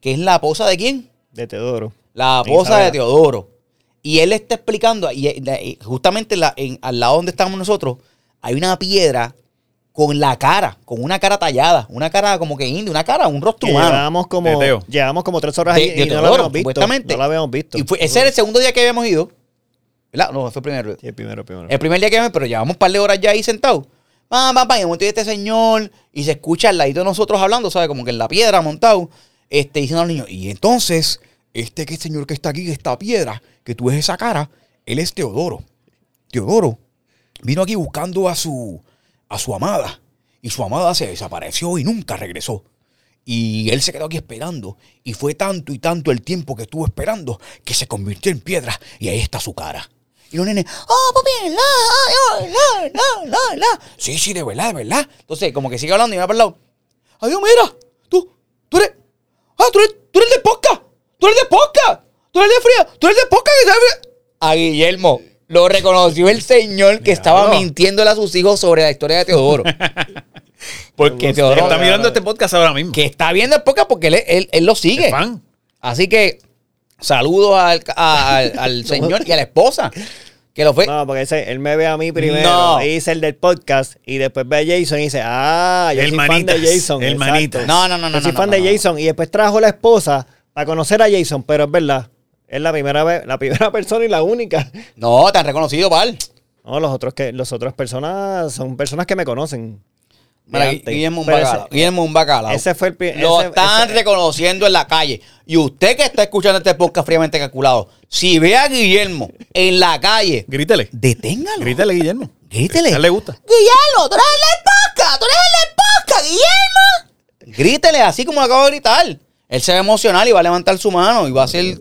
Speaker 1: que es la posa de quién?
Speaker 2: De Teodoro.
Speaker 1: La
Speaker 2: En
Speaker 1: posa
Speaker 2: Isabela.
Speaker 1: de Teodoro. Y él está explicando, y, y justamente la- en- al lado donde estamos nosotros, hay una piedra con la cara, con una cara tallada, una cara como que indio, una cara, un rostro
Speaker 2: Que
Speaker 1: humano.
Speaker 2: llevamos como,
Speaker 3: Teteo.
Speaker 2: llevamos como tres horas
Speaker 1: De-
Speaker 2: ahí
Speaker 1: de
Speaker 2: y no la
Speaker 1: Teodoro,
Speaker 2: habíamos visto.
Speaker 1: supuestamente.
Speaker 2: No la habíamos visto.
Speaker 1: Y fue- ese era el segundo día que habíamos ido. ¿Verdad? No, fue el primero.
Speaker 2: Sí, el primero, el primero.
Speaker 1: El primer día que me, pero llevamos un par de horas ya ahí sentados. Mamá, papá, y de momento llega este señor y se escucha al ladito de nosotros hablando, ¿sabes? Como que en la piedra montado, este, diciendo a los niños, y entonces, este que señor que está aquí, esta piedra, que tú ves esa cara, él es Teodoro. Teodoro vino aquí buscando a su, a su amada, y su amada se desapareció y nunca regresó. Y él se quedó aquí esperando, y fue tanto y tanto el tiempo que estuvo esperando que se convirtió en piedra, y ahí está su cara. Y los nenes, oh, papi, la, ah, la, la, la, la. Sí, sí, de verdad, de verdad. Entonces, como que sigue hablando y va para el lado. Adiós, mira, tú, tú eres, ah, tú eres, tú eres de posca, tú eres de posca, tú eres de fría, tú eres de posca que sabe. A Guillermo lo reconoció el señor que estaba mintiéndole a sus hijos sobre la historia de
Speaker 3: [LAUGHS]
Speaker 1: Teodoro. Porque Teodoro
Speaker 3: está mirando este podcast ahora mismo.
Speaker 1: que está viendo el podcast porque él, él- él lo sigue.
Speaker 3: Es fan.
Speaker 1: Así que saludos al, a- al-
Speaker 2: [LAUGHS]
Speaker 1: al señor y a la esposa. Que lo fue.
Speaker 2: No, porque ese, él me ve a mí primero.
Speaker 1: Pues No.
Speaker 2: Y dice el del podcast. Y después ve a Jason y dice, ah, yo
Speaker 3: El
Speaker 2: soy
Speaker 3: manitas,
Speaker 2: fan de Jason.
Speaker 3: el
Speaker 2: exacto.
Speaker 3: manitas.
Speaker 1: No, no, no, no,
Speaker 2: pues, Yo soy
Speaker 1: no,
Speaker 2: fan
Speaker 1: no,
Speaker 2: de
Speaker 1: no.
Speaker 2: Jason. Y después trajo la esposa para conocer a Jason. Pero es verdad. Es la primera vez, la [LAUGHS] primera persona y la única.
Speaker 1: No, tan reconocido, Val.
Speaker 2: No, los otros que, los otros personas son personas que me conocen. [LAUGHS] de
Speaker 1: Mira, Gui-
Speaker 2: antes.
Speaker 1: Guillermo un
Speaker 2: Pero ese-
Speaker 1: bacalao. Guillermo un bacalao.
Speaker 2: ese fue el pri-
Speaker 1: Lo
Speaker 2: ese-
Speaker 1: están
Speaker 2: ese-
Speaker 1: reconociendo en la calle. Y usted que está escuchando este podcast fríamente calculado, si ve a Guillermo en la calle,
Speaker 3: Grítele.
Speaker 1: deténgalo.
Speaker 3: Grítele, Guillermo.
Speaker 1: Grítele.
Speaker 3: A él le gusta.
Speaker 1: Guillermo, tú eres el podcast, tú eres el podcast, Guillermo. Grítele, así como lo acabo de gritar. Él se va a emocionar y va a levantar su mano y va a hacer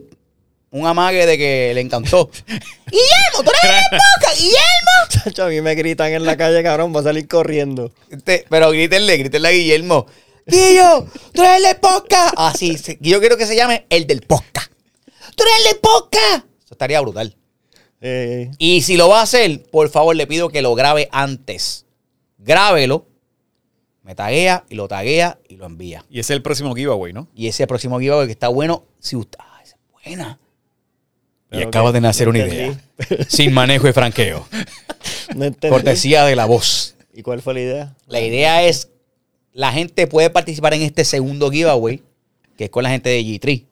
Speaker 1: un amague de que le encantó. [LAUGHS] Guillermo, tú eres el podcast, Guillermo.
Speaker 2: Chacho, a mí me gritan en la calle, cabrón, voy a salir corriendo.
Speaker 1: Este, pero grítenle, grítenle a Guillermo. Guillo, tú eres el del podcast. Así, se- yo quiero que se llame el del podcast. Tú eres el del podcast. Eso estaría brutal.
Speaker 2: Eh,
Speaker 1: Y si lo va a hacer, por favor le pido que lo grabe antes. Grábelo, me taguea y lo taguea y lo envía.
Speaker 3: Y ese es el próximo giveaway, ¿no?
Speaker 1: Y ese próximo giveaway que está bueno, si usted... ¡Ah, esa es buena!
Speaker 2: Y Pero acabas que- de nacer una idea.
Speaker 1: Sin manejo y franqueo.
Speaker 2: no entendí.
Speaker 1: de la voz.
Speaker 2: ¿Y cuál fue la idea?
Speaker 1: La idea es, la gente puede participar en este segundo giveaway, que es con la gente de G3.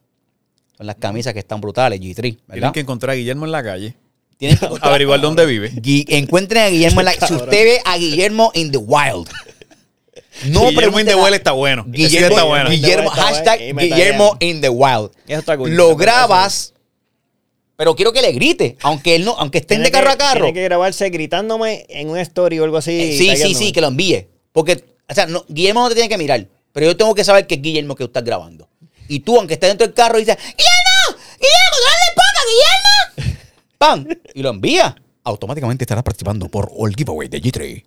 Speaker 1: Son las camisas que están brutales, G3, ¿verdad?
Speaker 3: Tienen que encontrar a Guillermo en la calle.
Speaker 1: Tienen que-
Speaker 3: Averiguar dónde vive.
Speaker 1: Gui- encuentren a Guillermo
Speaker 2: [LAUGHS]
Speaker 1: en la... Si usted ve a Guillermo in the wild, no
Speaker 3: Guillermo
Speaker 1: pregunten a-
Speaker 3: Indehuel está bueno. Ese
Speaker 1: Guillermo,
Speaker 3: está bueno.
Speaker 1: Guillermo,
Speaker 2: Está bueno,
Speaker 1: hashtag
Speaker 2: y me
Speaker 1: Guillermo
Speaker 2: taguean.
Speaker 1: in the wild.
Speaker 2: Eso está cool.
Speaker 1: Lo grabas, pero quiero que le grite, aunque él no, aunque estén de
Speaker 2: Tiene
Speaker 1: carro
Speaker 2: que-
Speaker 1: a carro.
Speaker 2: Tiene que grabarse gritándome en una story o algo así.
Speaker 1: Eh, sí, sí, sí, que lo envíe. Porque, o sea, no, Guillermo no te tiene que mirar, pero yo tengo que saber que es Guillermo que tú estás grabando. Y tú, aunque estés dentro del carro, dices, ¡Guillermo! ¡Guillermo! ¡No [LAUGHS] le pongas, Guillermo! ¡Pam! Y lo envía.
Speaker 4: Automáticamente estarás participando por All Giveaway de G3.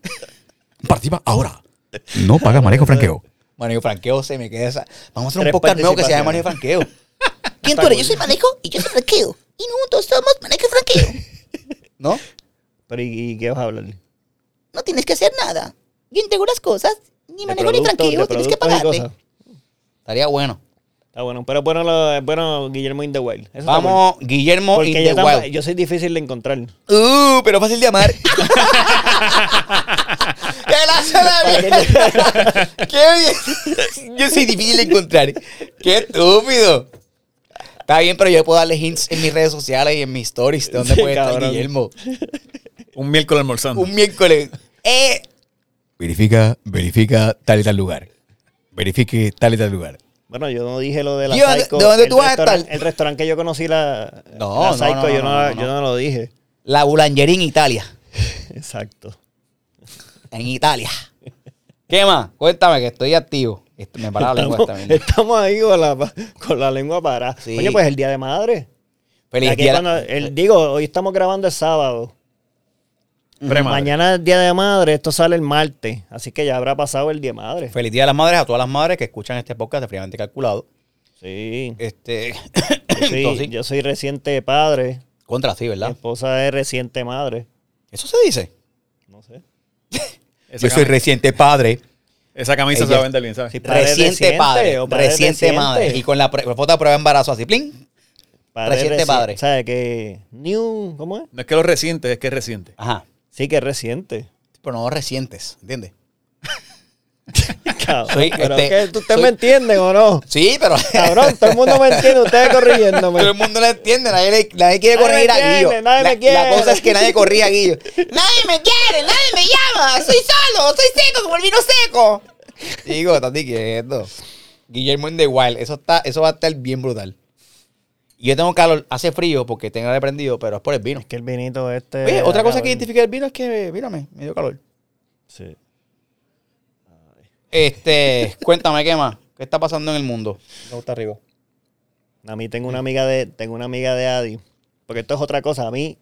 Speaker 4: Participa ahora. No paga manejo franqueo.
Speaker 1: [LAUGHS] Manejo Franqueo se me queda esa. Vamos a hacer
Speaker 2: Tres
Speaker 1: un podcast nuevo que se llame Manejo Franqueo.
Speaker 2: participaciones.
Speaker 1: ¿Quién
Speaker 2: Está
Speaker 1: tú eres?
Speaker 2: cool.
Speaker 1: Yo soy Manejo y yo soy Franqueo. Y nosotros somos Manejo y Franqueo. ¿No?
Speaker 2: Pero ¿y, y qué vas a hablar?
Speaker 1: No tienes que hacer nada. Yo entrego las cosas. Ni
Speaker 2: De productos- de productos y cosas.
Speaker 1: Estaría bueno.
Speaker 2: Está bueno, pero bueno, lo- es bueno Guillermo in the Wild. Eso está
Speaker 1: Vamos,
Speaker 2: cool.
Speaker 1: Guillermo
Speaker 2: Porque
Speaker 1: in
Speaker 2: yo,
Speaker 1: the
Speaker 2: tampa-
Speaker 1: wild.
Speaker 2: yo soy difícil de encontrar.
Speaker 1: Uh, pero fácil de [LAUGHS] amar. ¡Qué la de [LAUGHS] mierda! ¡Qué bien! Yo soy difícil de encontrar. ¡Qué estúpido! Está bien, pero yo puedo darle hints en mis redes sociales y en mis stories de dónde
Speaker 2: Sí,
Speaker 1: puede estar
Speaker 2: cabrón.
Speaker 1: Guillermo.
Speaker 3: Un miércoles almorzando.
Speaker 1: Un miércoles. ¡Eh!
Speaker 4: Verifica, verifica tal y tal lugar. Verifique tal y tal lugar.
Speaker 2: Bueno, yo no dije lo de la
Speaker 1: Yo, ¿de-
Speaker 2: Psycho.
Speaker 1: de dónde
Speaker 2: el
Speaker 1: tú vas a estar?
Speaker 2: restauran- El restaurante que yo conocí, la,
Speaker 1: No,
Speaker 2: la
Speaker 1: no,
Speaker 2: Psycho,
Speaker 1: no,
Speaker 2: yo,
Speaker 1: no,
Speaker 2: no,
Speaker 1: no, no.
Speaker 2: yo no lo dije. [LAUGHS]
Speaker 1: La Boulangerie en Italia.
Speaker 2: Exacto.
Speaker 1: En Italia. ¿Qué más? Cuéntame que estoy activo. Esto- Me para la lengua
Speaker 2: Estamos,
Speaker 1: esta mierda.
Speaker 2: estamos ahí con la, con la lengua parada.
Speaker 1: Sí.
Speaker 2: Oye, pues el Día de Madre.
Speaker 1: Feliz
Speaker 2: Aquí
Speaker 1: día.
Speaker 2: cuando- el- digo, hoy estamos grabando el sábado.
Speaker 3: Mm. Premadre.
Speaker 2: Mañana es Día de Madre, esto sale el martes. Así que ya habrá pasado el Día de Madre.
Speaker 1: Feliz día de las madres a todas las madres que escuchan este podcast de fríamente calculado.
Speaker 2: Sí.
Speaker 1: Este.
Speaker 2: Yo soy,
Speaker 1: Entonces,
Speaker 2: yo soy reciente padre.
Speaker 1: contra, sí,
Speaker 2: Mi
Speaker 1: ¿verdad?
Speaker 2: esposa es reciente madre.
Speaker 1: Eso se dice.
Speaker 2: No sé.
Speaker 3: Esa
Speaker 1: Yo soy
Speaker 3: camisa-
Speaker 1: reciente padre,
Speaker 3: Esa camisa
Speaker 1: Ella-
Speaker 3: se va a vender bien, ¿sabes?
Speaker 2: Sí, padre
Speaker 1: reciente
Speaker 2: reciente
Speaker 1: padre,
Speaker 2: o padre
Speaker 1: reciente
Speaker 2: reciente.
Speaker 1: madre. Y con la, pre- foto de prueba de embarazo así, plin. Reciente
Speaker 2: reci-
Speaker 1: padre.
Speaker 2: O sea, que new, ¿cómo es?
Speaker 3: No es que lo reciente, es que es reciente.
Speaker 1: Ajá.
Speaker 2: Sí, que
Speaker 1: [LAUGHS]
Speaker 2: es reciente.
Speaker 1: Pero no recientes, ¿entiendes?
Speaker 2: Cabrón,
Speaker 1: Soy,
Speaker 2: pero
Speaker 1: este,
Speaker 2: es que ustedes
Speaker 1: soy-
Speaker 2: me entienden o no.
Speaker 1: Sí, pero [LAUGHS]
Speaker 2: Cabrón, todo el mundo me entiende, ustedes corrigiéndome.
Speaker 1: todo el mundo la entiende. Nadie, le- nadie quiere
Speaker 2: Nadie me
Speaker 1: corregir a
Speaker 2: entiende,
Speaker 1: Guillo.
Speaker 2: nadie
Speaker 1: la,
Speaker 2: me quiere.
Speaker 1: la cosa es que nadie corría a Guillo. nadie me quiere, nadie me llama. Soy solo, soy seco como el vino seco. Digo, estate quieto. Guillermo en The Wild. Eso, está, eso va a estar bien brutal. Y Yo tengo calor, hace frío porque tengo el prendido, pero es por el vino.
Speaker 2: Es que el vinito este.
Speaker 1: Oye, otra cosa que
Speaker 2: identifica
Speaker 1: identifica el vino es que, mírame, me dio calor.
Speaker 2: Sí.
Speaker 1: Este, cuéntame, ¿qué más? ¿Qué está pasando en el mundo? Me gusta arriba.
Speaker 2: A mí tengo una amiga de, tengo una amiga de Adi. Porque esto es otra cosa. A mí,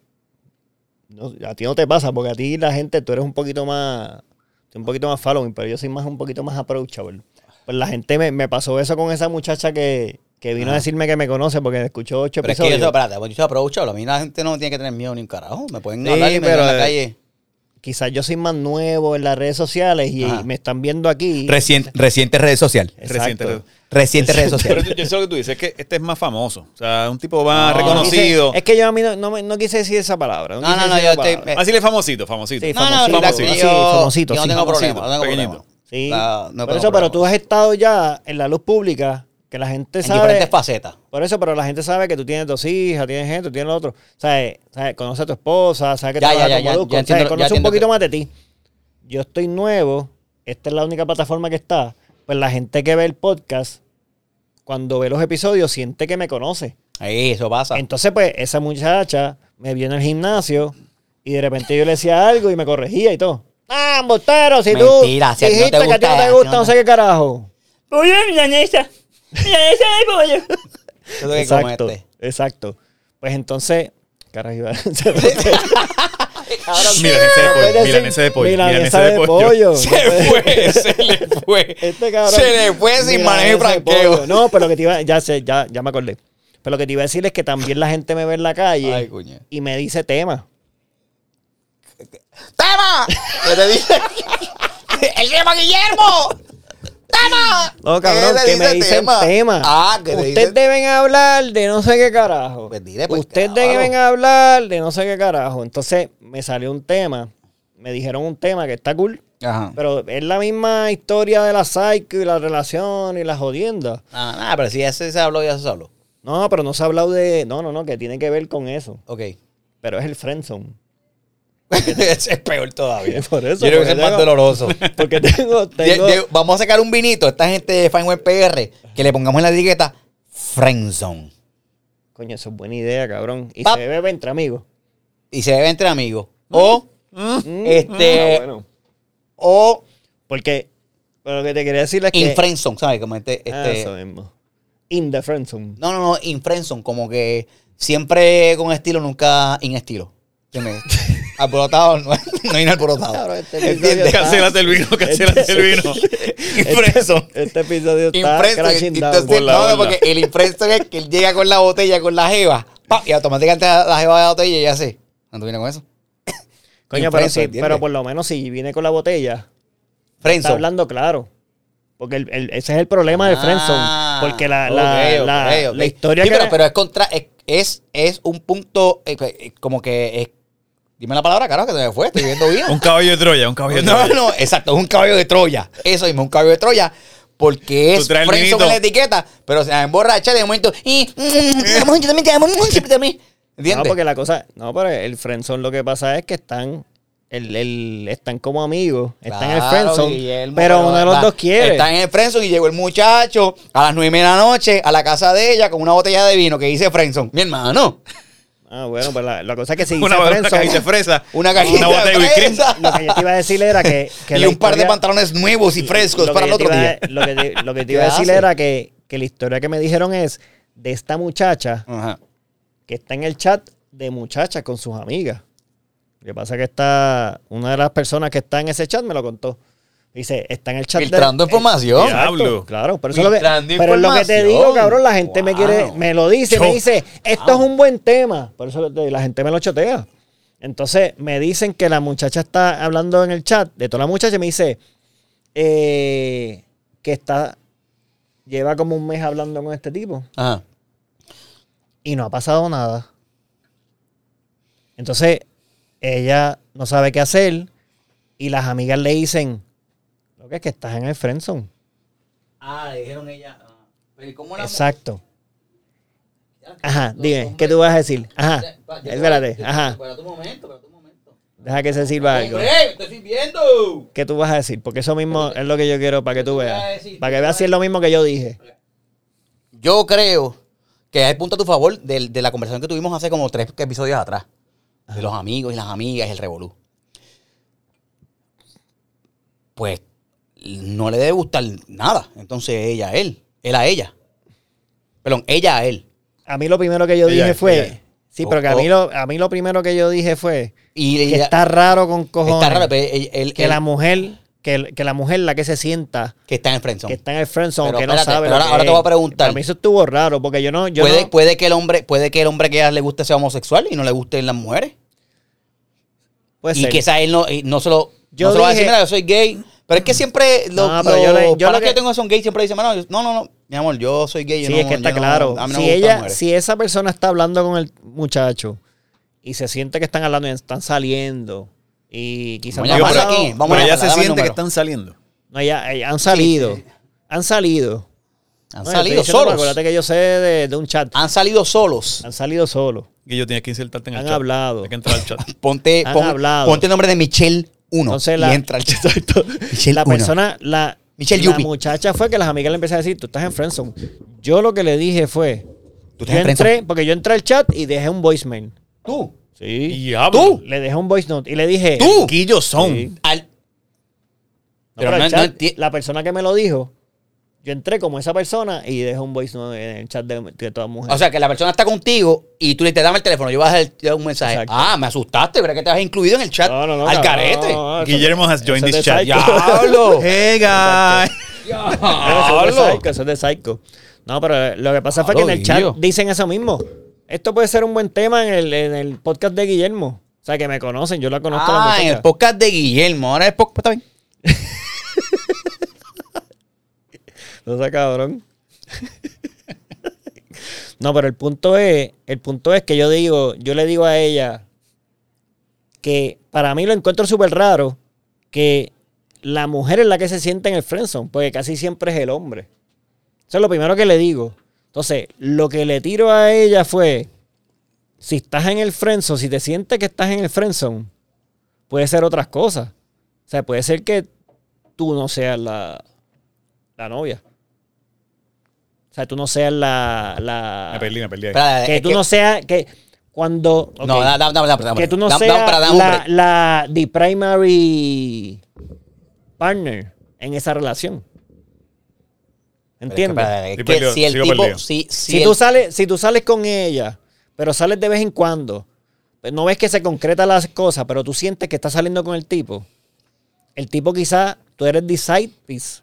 Speaker 2: no, a ti no te pasa, porque a ti la gente, tú eres un poquito más, un poquito más following, pero yo soy más un poquito más approachable. Pues la gente me, me pasó eso con esa muchacha que, que vino a decirme que me conoce porque escuchó ocho
Speaker 1: Pero es que yo,
Speaker 2: episodios.
Speaker 1: te- espérate, yo soy aprovechable. A mí la gente no tiene que tener miedo ni un carajo. Me pueden
Speaker 2: Sí,
Speaker 1: hablar y me ven
Speaker 2: pero,
Speaker 1: en la
Speaker 2: eh,
Speaker 1: calle.
Speaker 2: Quizás yo soy más nuevo en las redes sociales y,
Speaker 1: Ajá.
Speaker 2: y me están viendo aquí.
Speaker 4: eh, Reciente, reciente red social.
Speaker 2: Exacto.
Speaker 3: Reciente.
Speaker 4: Reciente red
Speaker 3: Pero
Speaker 4: social.
Speaker 3: yo sé lo que tú dices, es que este es más famoso. O sea, un tipo más
Speaker 2: No,
Speaker 3: reconocido.
Speaker 2: quise- es que yo a mí no, no me- no quise decir esa palabra. No,
Speaker 1: No,
Speaker 2: quise
Speaker 1: no, no,
Speaker 2: decir
Speaker 1: yo
Speaker 2: esa
Speaker 1: estoy-
Speaker 2: palabra.
Speaker 1: es-
Speaker 3: Así Ah, le es famosito, famosito.
Speaker 1: [LAUGHS]
Speaker 2: Sí,
Speaker 1: No, no,
Speaker 2: famosito,
Speaker 1: relax, yo-
Speaker 3: famosito.
Speaker 2: sí, famosito,
Speaker 1: yo no
Speaker 2: sí.
Speaker 1: tengo
Speaker 3: famosito,
Speaker 1: problema, no tengo
Speaker 3: pequeñito.
Speaker 1: problema.
Speaker 2: Sí.
Speaker 1: La- no
Speaker 2: por
Speaker 1: tengo
Speaker 2: eso,
Speaker 1: problema.
Speaker 2: pero tú has estado ya en la luz pública, que la gente
Speaker 1: En
Speaker 2: sabe.
Speaker 1: diferentes facetas.
Speaker 2: Por eso, pero la gente sabe que tú tienes dos hijas, tienes gente, tienes lo otro. ¿Sabes? ¿Sabes? Conoce a tu esposa, sabe que
Speaker 1: Ya, ya,
Speaker 2: trabaja
Speaker 1: ya,
Speaker 2: con
Speaker 1: ya,
Speaker 2: Molusco,
Speaker 1: ya entiendo,
Speaker 2: ¿sabes?
Speaker 1: ya
Speaker 2: Conoce un
Speaker 1: entiendo
Speaker 2: poquito
Speaker 1: que-
Speaker 2: más de ti. Yo estoy nuevo, esta es la única plataforma que está. Pues la gente que ve el podcast, cuando ve los episodios, siente que me conoce.
Speaker 1: Ahí, eso pasa.
Speaker 2: Entonces, pues, esa muchacha me vio en el gimnasio y de repente yo le decía algo y me corregía y todo. ¡Ah, botero! Si tú
Speaker 1: Mentira, si a ti no
Speaker 2: dijiste
Speaker 1: te
Speaker 2: que a ti no
Speaker 1: gusta,
Speaker 2: te gusta, no sé qué carajo.
Speaker 5: Pollo, milanesa. Milanesa de
Speaker 1: Eso
Speaker 5: pollo.
Speaker 1: es lo que este.
Speaker 2: Exacto,
Speaker 1: comete.
Speaker 2: exacto. Pues entonces, carajo, iba a [LAUGHS] decir-
Speaker 3: Milanesa de
Speaker 2: Puedes
Speaker 3: pollo,
Speaker 2: decir
Speaker 3: milanesa de pollo,
Speaker 2: milanesa
Speaker 3: milanesa
Speaker 2: de
Speaker 3: de pollo.
Speaker 1: [LAUGHS]
Speaker 2: pollo. No puedes-
Speaker 1: fue, se le fue.
Speaker 2: Este cabrón. milanesa de pollo. No, pero lo que te iba, ya sé, ya, ya me acordé. Pero lo que te iba a decir es que también la gente me ve en la calle
Speaker 1: Ay, coño.
Speaker 2: y me dice tema.
Speaker 1: ¡Tema! Yo te dije. ¡El tema Guillermo! ¡Tema!
Speaker 2: No, cabrón,
Speaker 1: Él le
Speaker 2: que me
Speaker 1: dice
Speaker 2: dicen tema.
Speaker 1: Ah, que te
Speaker 2: Ustedes
Speaker 1: dice-
Speaker 2: deben hablar de no sé qué carajo.
Speaker 1: Pues dile, pues,
Speaker 2: Ustedes
Speaker 1: cabrón.
Speaker 2: deben hablar de no sé qué carajo. Entonces me salió un tema. Me dijeron un tema que está cool.
Speaker 1: Ajá.
Speaker 2: Pero es la misma historia de la psycho y la relación y la jodienda.
Speaker 1: Ah, nada, pero si ese se habló, ya se habló.
Speaker 2: No, pero no se ha hablado de. No, no, no, que tiene que ver con eso.
Speaker 1: Ok.
Speaker 2: Pero es el friendzone.
Speaker 1: [LAUGHS] ese es peor todavía.
Speaker 2: Por eso,
Speaker 1: Yo creo que ese
Speaker 2: porque
Speaker 1: es más
Speaker 2: tengo- [LAUGHS]
Speaker 1: doloroso. [LAUGHS]
Speaker 2: Porque tengo. tengo
Speaker 1: Die- Die- vamos a sacar un vinito, esta gente de Fine Wine PR, que le pongamos en la etiqueta Friendzone.
Speaker 2: Coño, eso es buena idea, cabrón. Y
Speaker 1: Pap-
Speaker 2: se bebe entre amigos.
Speaker 1: Y se bebe entre amigos. O,
Speaker 2: Mm,
Speaker 1: Este-
Speaker 2: ah, bueno.
Speaker 1: o
Speaker 2: Porque. Pero lo que te quería decir es que.
Speaker 1: in Friendzone, ¿sabes? Como este,
Speaker 2: Ah,
Speaker 1: este-
Speaker 2: Eso mismo. In the friend zone.
Speaker 1: no, no, no, in Friendzone, como que siempre con estilo, nunca in estilo.
Speaker 2: [LAUGHS]
Speaker 1: ¿Entiendes? alborotado, no, [LAUGHS] no inalborotado.
Speaker 2: Cabrón, este episodio
Speaker 1: ¿Entiendes?
Speaker 2: está-
Speaker 3: Cancélate el vino, cancélate el vino.
Speaker 1: [LAUGHS] In Friendzone.
Speaker 2: Este episodio está
Speaker 1: Infrenso,
Speaker 2: crashing down.
Speaker 1: entonces,
Speaker 3: Por la
Speaker 1: no,
Speaker 3: orla.
Speaker 1: porque el infrenso es que él llega con la botella, con la jeva, pa, y automáticamente la la jeva de la botella y ella hace. ¿No viene con eso?
Speaker 2: [COUGHS] Coño, pero,
Speaker 1: Infrenso,
Speaker 2: sí,
Speaker 1: ¿entiendes?
Speaker 2: pero por lo menos si viene con la botella, está
Speaker 1: Friendzone.
Speaker 2: hablando claro. Porque el- el- ese es el problema del friendzone.
Speaker 1: Ah,
Speaker 2: Porque la, la,
Speaker 1: ok, ok,
Speaker 2: la,
Speaker 1: ok.
Speaker 2: la historia
Speaker 1: Sí,
Speaker 2: que...
Speaker 1: pero, pero es contra. Es, es, es un punto. eh, eh, como que. es- dime la palabra, carajo, que se me fue. Estoy viendo vino.
Speaker 3: [LAUGHS] Un caballo de Troya, un caballo de
Speaker 1: no,
Speaker 3: Troya.
Speaker 1: no, exacto. Es un caballo de Troya. Eso mismo, un caballo de Troya. Porque
Speaker 3: Tú
Speaker 1: es
Speaker 3: traes el
Speaker 1: friendzone
Speaker 3: vinito.
Speaker 1: en la etiqueta, pero se emborracha de momento. Y, mm,
Speaker 2: [LAUGHS]
Speaker 1: mm, amor, yo también te amo, mm, siempre te amé.
Speaker 2: no,
Speaker 1: ¿Entiendes?
Speaker 2: porque la cosa... No, pero el friendzone lo que pasa es que están... El, el- están como amigos, están en el
Speaker 1: Claro,
Speaker 2: friendzone,
Speaker 1: Guillermo,
Speaker 2: pero uno de los
Speaker 1: la-
Speaker 2: dos quiere.
Speaker 1: Está en el Friendzone y llegó el muchacho a las nueve de la noche a la casa de ella con una botella de vino que dice Friendzone. Mi hermano,
Speaker 2: Ah, bueno, pues la, la
Speaker 1: [LAUGHS]
Speaker 2: cosa es que si dice
Speaker 3: Una, una
Speaker 2: friendzone-
Speaker 3: cajita de fresa.
Speaker 1: una cajita
Speaker 3: Una botella de
Speaker 1: de
Speaker 3: whipped cream.
Speaker 1: fresa.
Speaker 2: lo que yo te iba a decir era que,
Speaker 1: [LAUGHS]
Speaker 2: que
Speaker 1: y
Speaker 2: la
Speaker 1: un par de
Speaker 2: historia-
Speaker 1: pantalones nuevos y frescos
Speaker 2: lo que
Speaker 1: para el
Speaker 2: yo
Speaker 1: otro
Speaker 2: te iba a-
Speaker 1: día.
Speaker 2: Lo que te, lo que
Speaker 1: [LAUGHS]
Speaker 2: te
Speaker 1: ¿Qué
Speaker 2: iba a decir
Speaker 1: hace?
Speaker 2: era que, que la historia que me dijeron es de esta muchacha
Speaker 1: Ajá.
Speaker 2: que está en el chat de muchachas con sus amigas. Lo que pasa es que está una de las personas que está en ese chat me lo contó. Dice, está en el chat. de-
Speaker 1: Filtrando
Speaker 2: eh,
Speaker 1: información.
Speaker 2: exacto,
Speaker 3: Diablo.
Speaker 2: Claro, pero eso es lo que,
Speaker 1: Filtrando
Speaker 2: pero es lo que te digo,
Speaker 1: información.
Speaker 2: cabrón. La gente me
Speaker 1: Wow.
Speaker 2: quiere, me lo dice, me
Speaker 3: Yo-
Speaker 2: dice, esto es un buen tema. Por eso te- la gente me lo chotea. Entonces me dicen que la muchacha está hablando en el chat de toda la muchacha y me dice eh, que está, lleva como un mes hablando con este tipo.
Speaker 1: Ajá.
Speaker 2: y no ha pasado nada. Entonces, ella no sabe qué hacer y las amigas le dicen, lo que es que estás en el friendzone.
Speaker 1: Ah, le dijeron ella. ah, pero ¿y ¿Cómo la
Speaker 2: Exacto. Ajá, dime, ¿qué tú vas a decir? Ajá, espérate, ajá,
Speaker 1: Espera un momento, espera un momento.
Speaker 2: deja que se sirva algo.
Speaker 1: ¡Hombre! ¡Me estoy sirviendo!
Speaker 2: ¿Qué tú vas a decir? Porque eso mismo es lo que yo quiero para que tú
Speaker 1: ¿Qué tú vas a
Speaker 2: veas.
Speaker 1: decir?
Speaker 2: Para
Speaker 1: ¿Qué
Speaker 2: que
Speaker 1: tú
Speaker 2: veas
Speaker 1: vas a
Speaker 2: si es lo mismo que yo dije.
Speaker 1: Yo creo que hay punto a tu favor de, de la conversación que tuvimos hace como tres episodios atrás. De los amigos y las amigas, el revolú. Pues no le debe gustar nada. Entonces ella a él. Él a ella. Perdón, ella a él.
Speaker 2: A mí lo primero que yo
Speaker 3: Ella,
Speaker 2: dije
Speaker 3: ella.
Speaker 2: fue... Sí,
Speaker 1: Oh,
Speaker 2: pero que a
Speaker 1: oh.
Speaker 2: mí, lo, a mí lo primero que yo dije fue...
Speaker 1: Y
Speaker 2: que
Speaker 1: ella-
Speaker 2: está raro con cojones.
Speaker 1: está raro, pero él- él-
Speaker 2: que
Speaker 1: él-
Speaker 2: la mujer, que, el- que la mujer la que se sienta,
Speaker 1: que está en el friendzone.
Speaker 2: que está en el friendzone,
Speaker 1: Pero
Speaker 2: que no
Speaker 1: espérate,
Speaker 2: sabe.
Speaker 1: pero
Speaker 2: lo
Speaker 1: ahora-
Speaker 2: que
Speaker 1: ahora te
Speaker 2: es.
Speaker 1: voy a preguntar.
Speaker 2: Para mí eso estuvo raro, porque yo no, yo
Speaker 1: puede,
Speaker 2: no-
Speaker 1: puede que el hombre, puede que el hombre que a ella le guste sea homosexual y no le gusten las mujeres.
Speaker 2: puede
Speaker 1: y
Speaker 2: ser.
Speaker 1: quizás él no, y no se lo,
Speaker 2: Yo
Speaker 1: no se lo va a
Speaker 2: dije-
Speaker 1: decir, mira, yo soy gay. Pero es que siempre los,
Speaker 2: No, pero
Speaker 1: los
Speaker 2: yo le- yo
Speaker 1: panas
Speaker 2: lo
Speaker 1: que,
Speaker 2: que-
Speaker 1: yo tengo son gays siempre dicen, "Mano, yo- no, no, no, mi amor, yo soy gay. yo
Speaker 2: sí,
Speaker 1: no-
Speaker 2: es que está
Speaker 1: yo no-
Speaker 2: claro.
Speaker 1: a mí no
Speaker 2: si
Speaker 1: me gustan
Speaker 2: ella,
Speaker 1: mujeres".
Speaker 2: si esa persona está hablando con el muchacho y se siente que están hablando y están saliendo y quizás
Speaker 1: Vamos a
Speaker 2: no ha
Speaker 1: llamar
Speaker 2: pasado-
Speaker 1: aquí, vamos a
Speaker 3: Pero
Speaker 1: llamarla,
Speaker 3: ya se
Speaker 1: dame el
Speaker 3: siente que
Speaker 1: número.
Speaker 3: están saliendo.
Speaker 2: No, ya, eh, han salido, han salido,
Speaker 1: Han
Speaker 2: No, yo estoy
Speaker 1: salido
Speaker 2: diciendo,
Speaker 1: solos. Ah.
Speaker 2: Acuérdate que yo sé de, de un chat,
Speaker 1: Han salido solos.
Speaker 2: han salido solos.
Speaker 3: Guillo, tienes que insertarte en el
Speaker 2: Han
Speaker 3: chat.
Speaker 2: hablado.
Speaker 3: Hay que entrar
Speaker 1: [LAUGHS]
Speaker 3: al chat.
Speaker 1: Ponte,
Speaker 2: Han
Speaker 1: pon-
Speaker 2: hablado.
Speaker 1: ponte el nombre de Michelle 1
Speaker 2: Entonces
Speaker 1: y
Speaker 2: la- [LAUGHS]
Speaker 1: entra al chat. Michelle
Speaker 2: la
Speaker 1: uno.
Speaker 2: persona, la,
Speaker 1: Michelle
Speaker 2: la
Speaker 1: Yupi.
Speaker 2: muchacha fue que las amigas le empezaron a decir, tú estás en friendzone. Yo lo que le dije fue,
Speaker 1: Tú estás
Speaker 2: yo
Speaker 1: en friendzone.
Speaker 2: entré, porque yo entré al chat y dejé un voicemail.
Speaker 1: Tú.
Speaker 2: Sí.
Speaker 3: Diablo.
Speaker 1: Tú.
Speaker 2: Le dejé un voice note y le dije,
Speaker 1: Tú.
Speaker 3: Guillo son.
Speaker 2: Sí.
Speaker 1: Al-
Speaker 2: No, pero
Speaker 1: Pero
Speaker 2: el
Speaker 1: no-
Speaker 2: chat,
Speaker 1: no enti-
Speaker 2: la persona que me lo dijo, yo entré como esa persona y dejé un voice note en el chat de, de toda mujer.
Speaker 1: O sea, que la persona está contigo y tú le te dame el teléfono, yo voy a dejar el- un mensaje.
Speaker 2: Exacto.
Speaker 1: Ah, me asustaste, ¿verdad que te has incluido en el chat?
Speaker 2: No, no, no,
Speaker 1: al
Speaker 2: cabrón,
Speaker 1: carete.
Speaker 2: no, no, eso-
Speaker 3: Guillermo has joined
Speaker 2: eso es de
Speaker 3: this chat.
Speaker 2: psycho.
Speaker 1: [LAUGHS] Diablo.
Speaker 3: Hey, guy.
Speaker 2: Eso es de
Speaker 1: Diablo.
Speaker 2: psycho, eso es de psycho. No, pero lo que pasa fue que
Speaker 1: Hablo,
Speaker 2: en el chat
Speaker 1: Guillo.
Speaker 2: dicen eso mismo. Esto puede ser un buen tema en el, en el podcast de Guillermo. O sea, que me conocen, yo la conozco. a la
Speaker 1: Ah, en
Speaker 2: muchacha.
Speaker 1: el podcast de Guillermo. Ahora es pues, podcast también.
Speaker 2: No sea cabrón. [LAUGHS] no, pero el punto es, el punto es que yo digo, yo le digo a ella que para mí lo encuentro súper raro que la mujer es la que se siente en el friendzone, porque casi siempre es el hombre. Eso es lo primero que le digo. Entonces, lo que le tiro a ella fue, si estás en el friendzone, si te sientes que estás en el friendzone, puede ser otras cosas. O sea, puede ser que tú no seas la, la novia. O sea, tú no seas la... la-
Speaker 3: Me perdí, me perdí. ahí.
Speaker 1: Espera,
Speaker 2: que
Speaker 1: es
Speaker 2: tú
Speaker 1: que-
Speaker 2: no seas... Que cuando...
Speaker 1: No,
Speaker 2: ok,
Speaker 1: da- da- dame, dame, dame,
Speaker 2: que tú no
Speaker 1: dame, dame,
Speaker 2: seas
Speaker 1: espera, dame un
Speaker 2: la,
Speaker 1: break.
Speaker 2: la the primary partner en esa relación. ¿Entiendes?
Speaker 1: Espera, es
Speaker 3: Sí,
Speaker 1: que
Speaker 3: perdido,
Speaker 1: si el
Speaker 3: sigo
Speaker 1: tipo.
Speaker 3: perdido.
Speaker 1: Si, si
Speaker 2: si,
Speaker 1: el-
Speaker 2: tú sales, si tú sales con ella, pero sales de vez en cuando, pues no ves que se concretan las cosas, pero tú sientes que estás saliendo con el tipo. El tipo quizá, tú eres the side piece.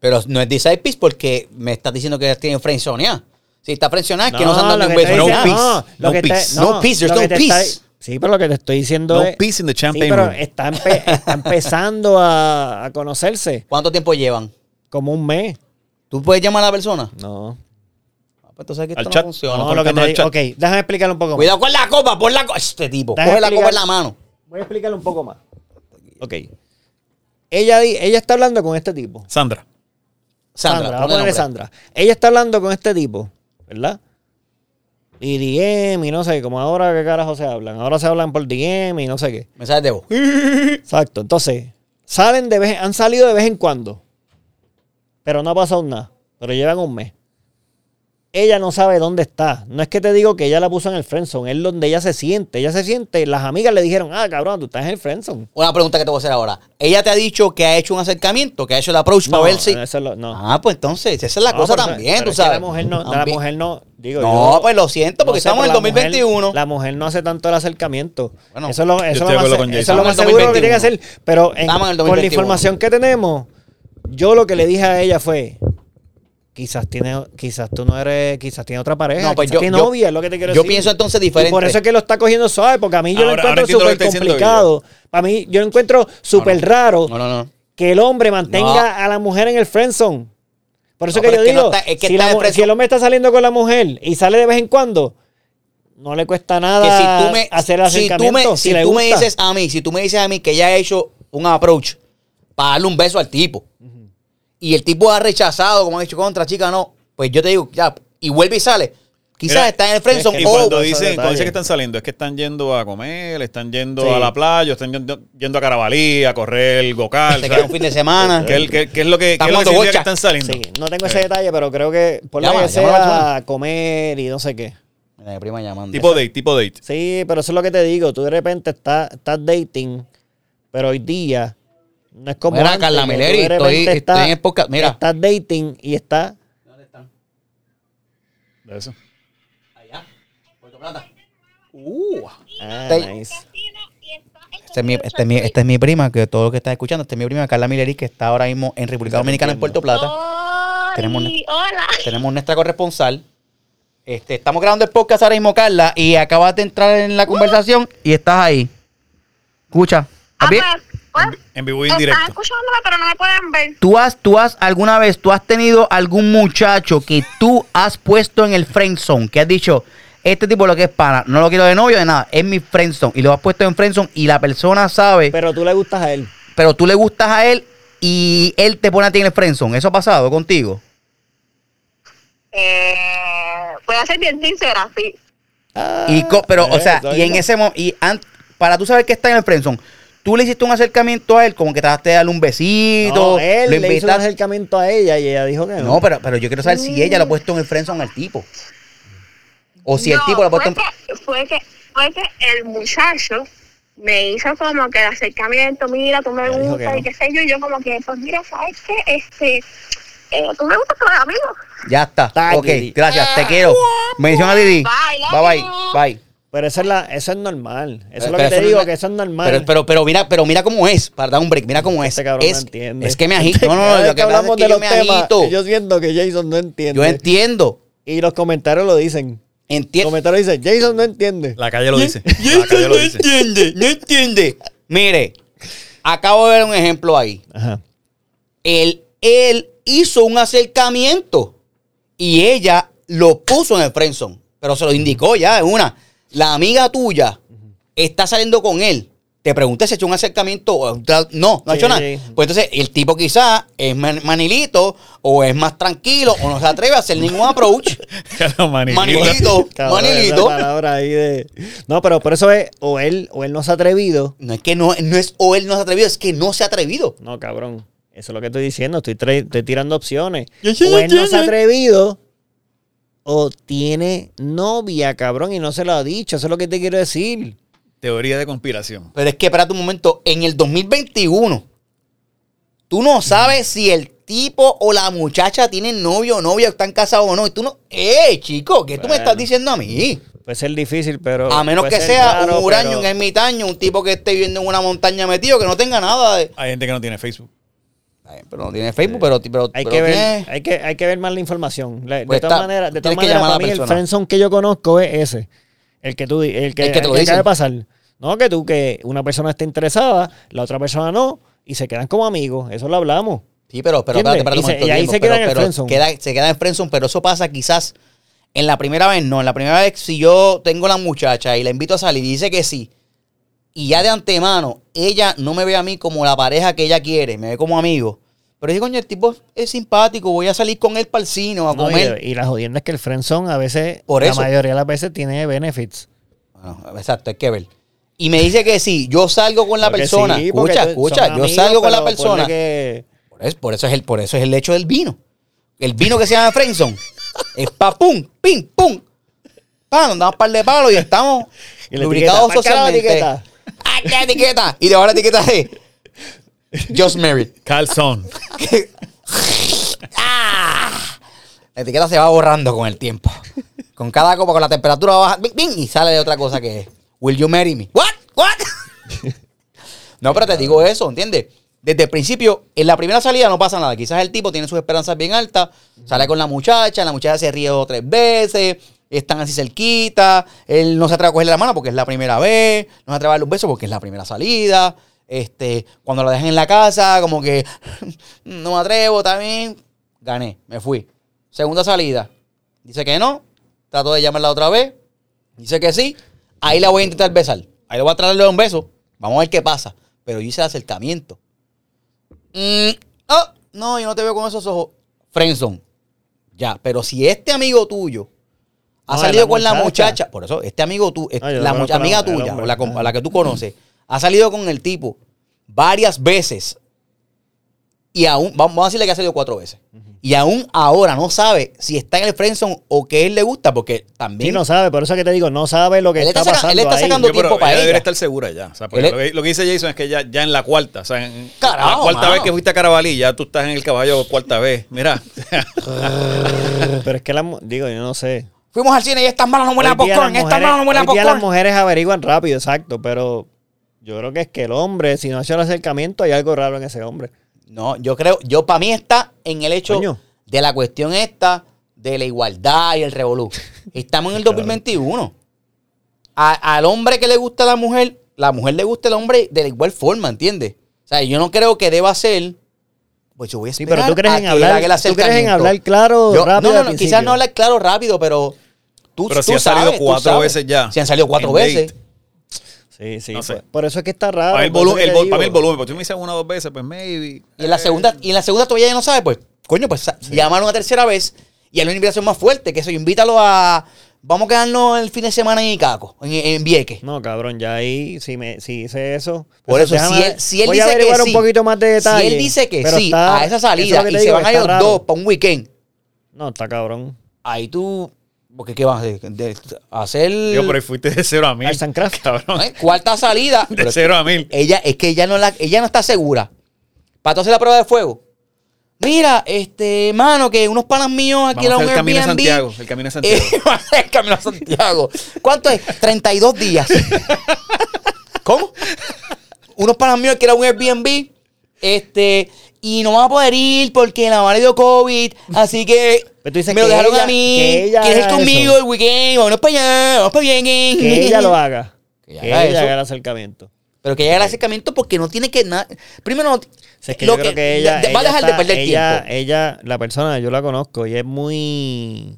Speaker 1: Pero no es Decide Peace porque me estás diciendo que tienen friendzoneada. Si está friendzoneada es Ah, que no se han dado
Speaker 2: lo
Speaker 1: ni un
Speaker 2: que te
Speaker 1: beso.
Speaker 2: estoy
Speaker 3: No
Speaker 2: diciendo-
Speaker 3: peace,
Speaker 2: lo
Speaker 3: no
Speaker 2: que te-
Speaker 3: peace.
Speaker 1: No peace, there's
Speaker 2: lo que
Speaker 1: no
Speaker 2: te
Speaker 1: peace.
Speaker 2: está- sí, pero lo que te estoy diciendo
Speaker 3: No
Speaker 2: es...
Speaker 3: peace in the
Speaker 2: Sí,
Speaker 3: champagne
Speaker 2: pero
Speaker 3: room.
Speaker 2: está, empe- está empezando a, a conocerse
Speaker 1: ¿Cuánto tiempo llevan?
Speaker 2: como un mes.
Speaker 1: ¿Tú puedes llamar a la persona?
Speaker 2: No.
Speaker 1: Ah, pues entonces aquí
Speaker 3: Al
Speaker 1: esto no
Speaker 3: chat.
Speaker 1: funciona.
Speaker 3: No,
Speaker 2: No, lo que
Speaker 3: cortando
Speaker 2: te digo.
Speaker 3: el chat.
Speaker 2: Ok, déjame explicarlo un poco más.
Speaker 1: Cuidado con la copa, pon la copa. Este tipo,
Speaker 2: Déjame
Speaker 1: coge la copa
Speaker 2: explicar-
Speaker 1: en la mano.
Speaker 2: Voy a explicarlo un poco más. Ok. Ella, di- ella está hablando con este tipo.
Speaker 3: Sandra.
Speaker 1: Sandra,
Speaker 2: vamos a
Speaker 1: ponle
Speaker 2: ponerle
Speaker 1: nombre.
Speaker 2: Sandra. Ella está hablando con este tipo, ¿verdad? Y DM y no sé, como ahora qué carajo se hablan. Ahora se hablan por DM y no sé qué.
Speaker 1: Mensajes de voz.
Speaker 2: Exacto. Entonces, salen de vez, han salido de vez en cuando. Pero no ha pasado nada. Pero llevan un mes. Ella no sabe dónde está. No es que te digo que ella la puso en el friendzone. Es donde ella se siente. Ella se siente. Las amigas le dijeron, ah, cabrón, tú estás en el friendzone.
Speaker 1: Una pregunta que te voy a hacer ahora. Ella te ha dicho que ha hecho un acercamiento, que ha hecho el approach para
Speaker 2: No,
Speaker 1: ver si.
Speaker 2: eso es lo- no.
Speaker 1: Ah, pues entonces, esa es la
Speaker 2: No,
Speaker 1: cosa
Speaker 2: pero-
Speaker 1: también,
Speaker 2: pero
Speaker 1: tú
Speaker 2: es que
Speaker 1: sabes.
Speaker 2: La mujer no, la
Speaker 1: También.
Speaker 2: mujer no, digo
Speaker 1: No,
Speaker 2: yo-
Speaker 1: pues lo siento, porque
Speaker 2: sé,
Speaker 1: estamos en el
Speaker 2: pero la mujer-
Speaker 1: 2021.
Speaker 2: la mujer no hace tanto el acercamiento.
Speaker 1: Bueno,
Speaker 2: eso es lo, eso
Speaker 3: estoy
Speaker 2: lo
Speaker 3: de
Speaker 2: más,
Speaker 3: acuerdo con
Speaker 2: eso es
Speaker 3: Jason.
Speaker 2: lo más
Speaker 1: Estamos en el
Speaker 2: seguro que tiene que hacer.
Speaker 1: 2021.
Speaker 2: Pero en-
Speaker 1: Estamos en el
Speaker 2: con la
Speaker 1: 2021.
Speaker 2: información que tenemos, yo lo que le dije a ella fue. Quizás tiene, quizás tú no eres, quizás tiene otra pareja,
Speaker 1: No, pues
Speaker 2: quizás
Speaker 1: yo-
Speaker 2: tiene
Speaker 1: yo-
Speaker 2: novia, es lo que te quiero
Speaker 1: yo
Speaker 2: decir.
Speaker 1: pienso entonces
Speaker 2: Y
Speaker 1: diferente.
Speaker 2: por eso es que lo está cogiendo suave, porque a mí yo
Speaker 3: Ahora-
Speaker 2: lo encuentro
Speaker 3: ahora entiendo lo que
Speaker 2: súper
Speaker 3: está diciendo
Speaker 2: complicado. Para mí, yo lo encuentro súper raro
Speaker 1: No, no, no.
Speaker 2: que el hombre mantenga
Speaker 1: No.
Speaker 2: a la mujer en el friendzone. Por eso
Speaker 1: No,
Speaker 2: que
Speaker 1: pero
Speaker 2: yo
Speaker 1: es que
Speaker 2: digo,
Speaker 1: no está- es que
Speaker 2: si,
Speaker 1: está
Speaker 2: la
Speaker 1: en el
Speaker 2: mu-
Speaker 1: friendzone.
Speaker 2: si el hombre está saliendo con la mujer y sale de vez en cuando, no le cuesta
Speaker 1: que si
Speaker 2: nada
Speaker 1: tú me,
Speaker 2: hacer el
Speaker 1: si tú me,
Speaker 2: acercamiento.
Speaker 1: si
Speaker 2: si le
Speaker 1: tú me
Speaker 2: gusta.
Speaker 1: dices a mí, si tú me dices a mí que ella ha hecho un approach para darle un beso al tipo y el tipo ha rechazado, como ha dicho contra chica, no, pues yo te digo, ya, y vuelve y sale. Quizás
Speaker 3: Mira,
Speaker 1: está en el friendzone
Speaker 2: es
Speaker 3: Y
Speaker 2: que-
Speaker 1: o
Speaker 3: cuando
Speaker 2: esos
Speaker 3: dicen, cuando
Speaker 2: detalles.
Speaker 3: dicen que están saliendo, es que están yendo a comer, están yendo
Speaker 2: Sí.
Speaker 3: a la playa, están yendo, yendo a Carabalí, a correr, gocal.
Speaker 1: se queda un fin de semana.
Speaker 3: ¿Qué, qué- qué es lo que,
Speaker 1: Están
Speaker 3: qué es lo que
Speaker 1: jugando
Speaker 3: significa
Speaker 1: bocha.
Speaker 3: que están saliendo?
Speaker 2: Sí, no tengo ese detalle, pero creo que por lo
Speaker 1: Llama,
Speaker 2: que
Speaker 1: llama a la
Speaker 2: sea
Speaker 1: chumana.
Speaker 2: comer y no sé qué.
Speaker 1: Mira, mi prima llamando.
Speaker 3: Tipo date, tipo date.
Speaker 2: Sí, pero eso es lo que te digo. Tú de repente estás, estás dating, pero hoy día no es como.
Speaker 1: Mira,
Speaker 2: antes,
Speaker 1: Carla
Speaker 2: que tú
Speaker 1: Meleri,
Speaker 2: de repente
Speaker 1: estoy-
Speaker 2: estás-
Speaker 1: estoy en podcast. Mira.
Speaker 2: Estás dating y estás.
Speaker 3: De eso.
Speaker 2: Ah,
Speaker 1: Estoy-
Speaker 2: nice.
Speaker 1: Esta este es, mi, esta es mi- esta es mi prima, que todo lo que está escuchando, esta es mi prima Carla Mileri, que está ahora mismo en República Dominicana, en Puerto Plata. Tenemos
Speaker 5: Tenemos
Speaker 1: una-
Speaker 5: Hola.
Speaker 1: Tenemos nuestra corresponsal. Este, estamos grabando el podcast ahora mismo, Carla, y acabas de entrar en la conversación y estás ahí. Escucha.
Speaker 5: Ah,
Speaker 1: ¿bien?
Speaker 5: pues,
Speaker 3: En vivo y
Speaker 5: pues,
Speaker 3: en
Speaker 5: están
Speaker 3: directo.
Speaker 5: escuchándome, pero no me pueden ver.
Speaker 1: ¿Tú has, tú has, alguna vez, tú has tenido algún muchacho que tú has puesto en el friendzone, que has dicho, este tipo lo que es pana, no lo quiero de novio, de nada, es mi friendzone, y lo has puesto en friendzone y la persona sabe, pero,
Speaker 2: Pero tú le gustas a él.
Speaker 1: tú le gustas a él y él te pone a ti en el friendzone. ¿Eso ha pasado contigo?
Speaker 5: Eh, voy a ser bien sincera, sí.
Speaker 1: Y co- pero, o
Speaker 2: Eh,
Speaker 1: sea,
Speaker 2: está
Speaker 1: y en
Speaker 2: bien.
Speaker 1: ese momento, y an- para tú saber que está en el friendzone, tú le hiciste un acercamiento a él, como que trataste de darle un besito,
Speaker 2: No, él
Speaker 1: lo
Speaker 2: le hizo un
Speaker 1: invitaste.
Speaker 2: acercamiento a ella y ella dijo que no.
Speaker 1: No, pero, pero yo quiero saber si ella lo ha puesto en el friendzone al tipo. O si el
Speaker 5: No,
Speaker 1: tipo lo ha puesto en...
Speaker 5: fue que, fue, que, fue que el muchacho me hizo como que el acercamiento, mira, tú me
Speaker 2: Ya dijo
Speaker 5: gustas
Speaker 2: que
Speaker 5: y
Speaker 2: no.
Speaker 5: qué sé yo, y yo como que, pues mira, ¿sabes qué? Este, eh, tú me gustas como amigo.
Speaker 1: Ya está.
Speaker 2: Está
Speaker 1: ok,
Speaker 2: Didi.
Speaker 1: gracias, te quiero. Mención a Didi.
Speaker 5: Ah, Bye, love
Speaker 1: Bye, bye,
Speaker 5: you.
Speaker 1: bye.
Speaker 2: Pero eso es, la, eso es normal. Eso es lo
Speaker 1: Pero
Speaker 2: que te
Speaker 1: no
Speaker 2: digo,
Speaker 1: es-
Speaker 2: que eso es normal.
Speaker 1: Pero, pero, pero mira, pero mira cómo es, para dar un break, mira cómo es.
Speaker 2: Este cabrón no
Speaker 1: es,
Speaker 2: entiende.
Speaker 1: es que me
Speaker 2: [LAUGHS]
Speaker 1: agito. No, no, no,
Speaker 2: Cada vez
Speaker 1: lo que pasa es que yo me agito.
Speaker 2: Yo siento que Jason no entiende.
Speaker 1: Yo entiendo.
Speaker 2: Y los comentarios lo dicen. Los
Speaker 1: Entiendo.
Speaker 2: comentarios dicen, Jason no entiende.
Speaker 3: La calle lo dice.
Speaker 1: [LAUGHS]
Speaker 3: La calle lo [LAUGHS] dice.
Speaker 1: entiende, no entiende. Mire, acabo de ver un ejemplo ahí.
Speaker 2: Ajá.
Speaker 1: Él, él hizo un acercamiento y ella lo puso en el friendzone, pero se lo indicó ya en una. La amiga tuya está saliendo con él. Te pregunté si ha hecho un acercamiento. o un tra- No, no ha
Speaker 2: Sí,
Speaker 1: hecho nada.
Speaker 2: sí.
Speaker 1: Pues entonces el tipo quizás es man- manilito o es más tranquilo o no se atreve a hacer ningún approach.
Speaker 3: Claro, manilita.
Speaker 1: manilito,
Speaker 2: Cabrón, esa
Speaker 1: manilito.
Speaker 2: palabra ahí de... No, pero por eso es, o él, o él no se ha atrevido.
Speaker 1: No es que no, no es o él no se ha atrevido, es que no se ha atrevido.
Speaker 2: No, cabrón. Eso es lo que estoy diciendo. Estoy, tra- estoy tirando opciones.
Speaker 1: Yo sí
Speaker 2: o él no se ha
Speaker 1: entiendo.
Speaker 2: atrevido. O tiene novia, cabrón, y no se lo ha dicho. Eso es lo que te quiero decir.
Speaker 3: Teoría de conspiración.
Speaker 1: Pero es que espérate un momento, en el 2021, tú no sabes si el tipo o la muchacha tienen novio o novia, están casados o no. Y tú no, eh, chico, ¿qué tú me
Speaker 2: Bueno.
Speaker 1: estás diciendo a mí?
Speaker 2: Puede ser difícil, pero...
Speaker 1: A menos
Speaker 2: puede
Speaker 1: que
Speaker 2: ser
Speaker 1: sea
Speaker 2: raro,
Speaker 1: un huraño,
Speaker 2: pero-
Speaker 1: un ermitaño, un tipo que esté viviendo en una montaña metido, que no tenga nada de.
Speaker 3: Hay gente que no tiene Facebook.
Speaker 1: Está bien, Pero no tiene Facebook, pero, pero,
Speaker 2: Hay
Speaker 1: pero
Speaker 2: que, ver,
Speaker 1: tiene-
Speaker 2: hay, que, hay que ver más la información. La-
Speaker 1: Pues
Speaker 2: de
Speaker 1: está-
Speaker 2: todas maneras, de
Speaker 1: tienes
Speaker 2: todas
Speaker 1: que
Speaker 2: maneras
Speaker 1: llamar a la
Speaker 2: para mí el
Speaker 1: persona.
Speaker 2: friendzone que yo conozco es ese. El que tú di- el que,
Speaker 1: El que te lo
Speaker 2: el
Speaker 1: dicen.
Speaker 2: acaba de pasar. No, que tú, que una persona esté interesada, la otra persona no, y se quedan como amigos. Eso lo hablamos.
Speaker 1: Sí, pero, pero espérate, espérate un
Speaker 2: ¿Entiendes? Y se-
Speaker 1: momento,
Speaker 2: y ahí
Speaker 1: Guillermo,
Speaker 2: se queda
Speaker 1: pero-
Speaker 2: en el
Speaker 1: pero
Speaker 2: friendzone.
Speaker 1: queda- se queda en el friendzone, pero eso pasa quizás en la primera vez, no. En la primera vez, si yo tengo la muchacha y la invito a salir y dice que sí, y ya de antemano, ella no me ve a mí como la pareja que ella quiere, me ve como amigo. Pero dice, coño, el tipo es simpático, voy a salir con él para el cine o a
Speaker 2: No, y,
Speaker 1: comer.
Speaker 2: de- y la jodienda es que el friendzone a veces,
Speaker 1: Por
Speaker 2: la
Speaker 1: eso.
Speaker 2: mayoría de las veces tiene benefits.
Speaker 1: Bueno, exacto, hay que ver. Y me dice que sí, yo salgo con la
Speaker 2: Porque
Speaker 1: persona.
Speaker 2: sí, porque
Speaker 1: escucha,
Speaker 2: tú- son
Speaker 1: escucha, yo
Speaker 2: amigos,
Speaker 1: salgo con la
Speaker 2: pero ponle
Speaker 1: persona.
Speaker 2: que-
Speaker 1: Por eso, por eso es el, por eso es el hecho del vino. El vino que se llama Friendzone. Es pa pum, pim, pum. Pa, nos damos un par de palos y estamos
Speaker 2: Y la
Speaker 1: lubricados
Speaker 2: etiqueta, ¿pa' qué la
Speaker 1: socialmente.
Speaker 2: etiqueta?
Speaker 1: ¡Ah, qué etiqueta! Y de ahora la etiqueta de Just Married.
Speaker 3: Calzón.
Speaker 1: ¡Ah! La etiqueta se va borrando con el tiempo. Con cada copa, con la temperatura baja, bing, bing, y sale de otra cosa que es. Will you marry me? What? What? No, pero te digo eso, ¿entiendes? Desde el principio, en la primera salida no pasa nada. Quizás el tipo tiene sus esperanzas bien altas, sale con la muchacha, la muchacha se ríe dos o tres veces, están así cerquita, él no se atreve a cogerle la mano porque es la primera vez, no se atreve a darle un beso porque es la primera salida. Este, cuando la dejan en la casa, como que [LAUGHS] no me atrevo también. Gané, me fui. Segunda salida. Dice que no, trato de llamarla otra vez, Dice que sí. Ahí la voy a intentar besar. Ahí le voy a tratar de dar un beso. Vamos a ver qué pasa. Pero yo hice el acercamiento. Mm, ah, no, yo no te veo con esos ojos. Frenson. Ya, pero si este amigo tuyo ha
Speaker 2: No, de
Speaker 1: salido
Speaker 2: la
Speaker 1: con la
Speaker 2: muchacha.
Speaker 1: muchacha, por eso, este amigo tú,
Speaker 2: Ah, yo
Speaker 1: la
Speaker 2: no
Speaker 1: mucha-
Speaker 2: conozco a la-
Speaker 1: amiga
Speaker 2: al
Speaker 1: tuya,
Speaker 2: hombre.
Speaker 1: o la, com- a la que tú conoces, ha salido con el tipo varias veces y aún, vamos a decirle que ha salido cuatro veces. Y aún ahora no sabe si está en el friendzone o que él le gusta, porque también...
Speaker 2: Sí, no sabe, por eso es que te digo, no sabe lo que
Speaker 1: Él
Speaker 2: está,
Speaker 1: está saca-
Speaker 2: pasando
Speaker 1: él está
Speaker 2: ahí.
Speaker 1: sacando-
Speaker 3: Yo, pero
Speaker 1: tiempo para
Speaker 3: ella
Speaker 1: ella.
Speaker 3: debería estar segura ya. O sea, porque
Speaker 1: Él es-
Speaker 3: lo, que, lo que dice Jason es que ya, ya en la cuarta, o sea, en
Speaker 1: Carajo,
Speaker 3: la cuarta
Speaker 1: mano.
Speaker 3: vez que fuiste a Carabalí, ya tú estás en el caballo cuarta vez. [LAUGHS] Mira,
Speaker 2: Pero es que las mu- digo, yo no sé.
Speaker 1: Fuimos al cine y estas manos no
Speaker 2: Hoy
Speaker 1: muelen a
Speaker 2: día
Speaker 1: popcorn,
Speaker 2: las
Speaker 1: estas manos no muelen a
Speaker 2: hoy día las
Speaker 1: popcorn.
Speaker 2: mujeres averiguan rápido, exacto, pero yo creo que es que el hombre, si no hace el acercamiento, hay algo raro en ese hombre.
Speaker 1: No, yo creo, yo para mí está en el hecho
Speaker 2: Coño.
Speaker 1: de la cuestión esta de la igualdad y el
Speaker 2: [LAUGHS]
Speaker 1: revolú. Estamos en el 2021. A- al hombre que le gusta a la mujer, la mujer le gusta al hombre de la igual forma, ¿entiendes? O sea, yo no creo que deba ser. Pues yo voy a
Speaker 2: Sí,
Speaker 1: esperar
Speaker 2: pero tú crees
Speaker 1: a
Speaker 2: en
Speaker 1: que él haga el
Speaker 2: hablar, tú crees en
Speaker 1: acercamiento.
Speaker 2: hablar claro,
Speaker 1: Yo-
Speaker 2: rápido.
Speaker 1: No, no,
Speaker 2: al
Speaker 1: no, quizás
Speaker 2: principio.
Speaker 1: no hablar claro rápido, pero tú,
Speaker 3: pero
Speaker 1: tú
Speaker 3: si ha
Speaker 1: sabes,
Speaker 3: salido
Speaker 1: tú
Speaker 3: cuatro
Speaker 1: sabes.
Speaker 3: veces ya.
Speaker 1: Si han salido cuatro
Speaker 3: en
Speaker 1: veces.
Speaker 3: date.
Speaker 2: Sí, sí.
Speaker 3: No
Speaker 2: por-
Speaker 3: sé.
Speaker 2: Por eso es que está raro.
Speaker 3: Para, el
Speaker 2: por eso
Speaker 3: volumen,
Speaker 2: es que
Speaker 3: el
Speaker 2: te
Speaker 3: vol- para mí el
Speaker 2: digo.
Speaker 3: volumen, porque tú me dices una o dos veces, pues maybe.
Speaker 1: Y en la
Speaker 2: Eh,
Speaker 1: segunda, y en la segunda todavía ya no sabe, pues, coño, pues llamaron una tercera vez y hay una invitación más fuerte, que eso, invítalo a. Vamos a quedarnos el fin de semana en Icaco, en, en Vieques.
Speaker 2: No, cabrón, ya ahí, si, me, si hice eso.
Speaker 1: Por
Speaker 2: pues
Speaker 1: eso,
Speaker 2: déjame
Speaker 1: si
Speaker 2: ver.
Speaker 1: él, si él
Speaker 2: Voy a
Speaker 1: dice que
Speaker 2: averiguar
Speaker 1: sí.
Speaker 2: un poquito más de detalle.
Speaker 1: Si él dice que
Speaker 2: pero
Speaker 1: sí
Speaker 2: está-
Speaker 1: a esa
Speaker 2: eso es lo
Speaker 1: salida
Speaker 2: que
Speaker 1: y
Speaker 2: te
Speaker 1: se
Speaker 2: digo,
Speaker 1: van a
Speaker 2: está
Speaker 1: ellos
Speaker 2: raro.
Speaker 1: dos para un weekend,
Speaker 2: No, está cabrón.
Speaker 1: ahí tú. Porque, ¿qué vas a hacer? De- hacer.
Speaker 3: Yo, pero ahí fuiste de cero a mil.
Speaker 2: Al Sancraft.
Speaker 3: Cabrón.
Speaker 1: ¿eh? Cuarta salida. Pero
Speaker 3: [LAUGHS] De
Speaker 1: es-
Speaker 3: cero a mil.
Speaker 1: Ella, es que ella no, la, ella no está segura. Para tú hacer la prueba de fuego. Mira, este, mano, que unos panas míos aquí
Speaker 3: Vamos a
Speaker 1: en
Speaker 3: hacer el camino de
Speaker 1: Airbnb,
Speaker 3: Santiago. El camino
Speaker 1: [LAUGHS]
Speaker 3: de Santiago.
Speaker 1: Eh, va a ser el camino a Santiago. ¿Cuánto es? 32
Speaker 2: [LAUGHS]
Speaker 1: días. ¿Cómo? Unos panas míos que era un Airbnb. Este. Y no van a poder ir porque la madre dio COVID. Así que.
Speaker 2: [LAUGHS] Pero tú dices
Speaker 1: me lo
Speaker 2: que
Speaker 1: dejaron
Speaker 2: ella-
Speaker 1: a mí.
Speaker 2: que ella
Speaker 1: ¿Quieres ir
Speaker 2: haga
Speaker 1: conmigo
Speaker 2: eso?
Speaker 1: el weekend? Vámonos para allá. Vamos para bien.
Speaker 2: Que ella
Speaker 1: [LAUGHS]
Speaker 2: lo haga.
Speaker 1: Que
Speaker 2: Que
Speaker 1: ella
Speaker 2: ella,
Speaker 1: haga eso.
Speaker 2: haga el acercamiento.
Speaker 1: Pero que ella haga el acercamiento porque no tiene que. na- Primero, no-
Speaker 2: O sea, es que
Speaker 1: lo
Speaker 2: yo creo que ella.
Speaker 1: de- Va a
Speaker 2: ella
Speaker 1: dejar de
Speaker 2: está-
Speaker 1: perder
Speaker 2: ella-
Speaker 1: tiempo.
Speaker 2: Ella, la persona, yo la conozco y es muy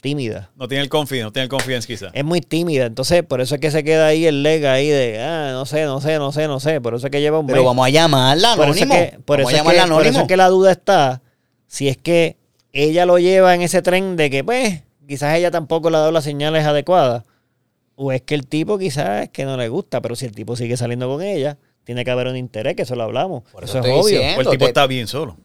Speaker 2: tímida.
Speaker 3: No tiene el confidence, no tiene el confidence quizá.
Speaker 2: Es muy tímida. Entonces, por eso es que se queda ahí el leg ahí de, ah, no sé, no sé, no sé, no sé. Por eso es que lleva un
Speaker 1: Pero
Speaker 2: mes.
Speaker 1: vamos a llamarla
Speaker 2: por eso, es
Speaker 1: anónimo.
Speaker 2: que, por,
Speaker 1: vamos a
Speaker 2: eso es
Speaker 1: llamarla
Speaker 2: que, por eso
Speaker 1: anónimo.
Speaker 2: es que la duda está si es que ella lo lleva en ese tren de que, pues, quizás ella tampoco le ha dado las señales adecuadas. O es que el tipo quizás es que no le gusta, pero si el tipo sigue saliendo con ella, tiene que haber un interés, que eso lo hablamos.
Speaker 1: Por eso
Speaker 2: eso, es
Speaker 1: estoy
Speaker 2: obvio.
Speaker 1: diciendo.
Speaker 3: O el tipo
Speaker 1: te-
Speaker 3: está bien solo.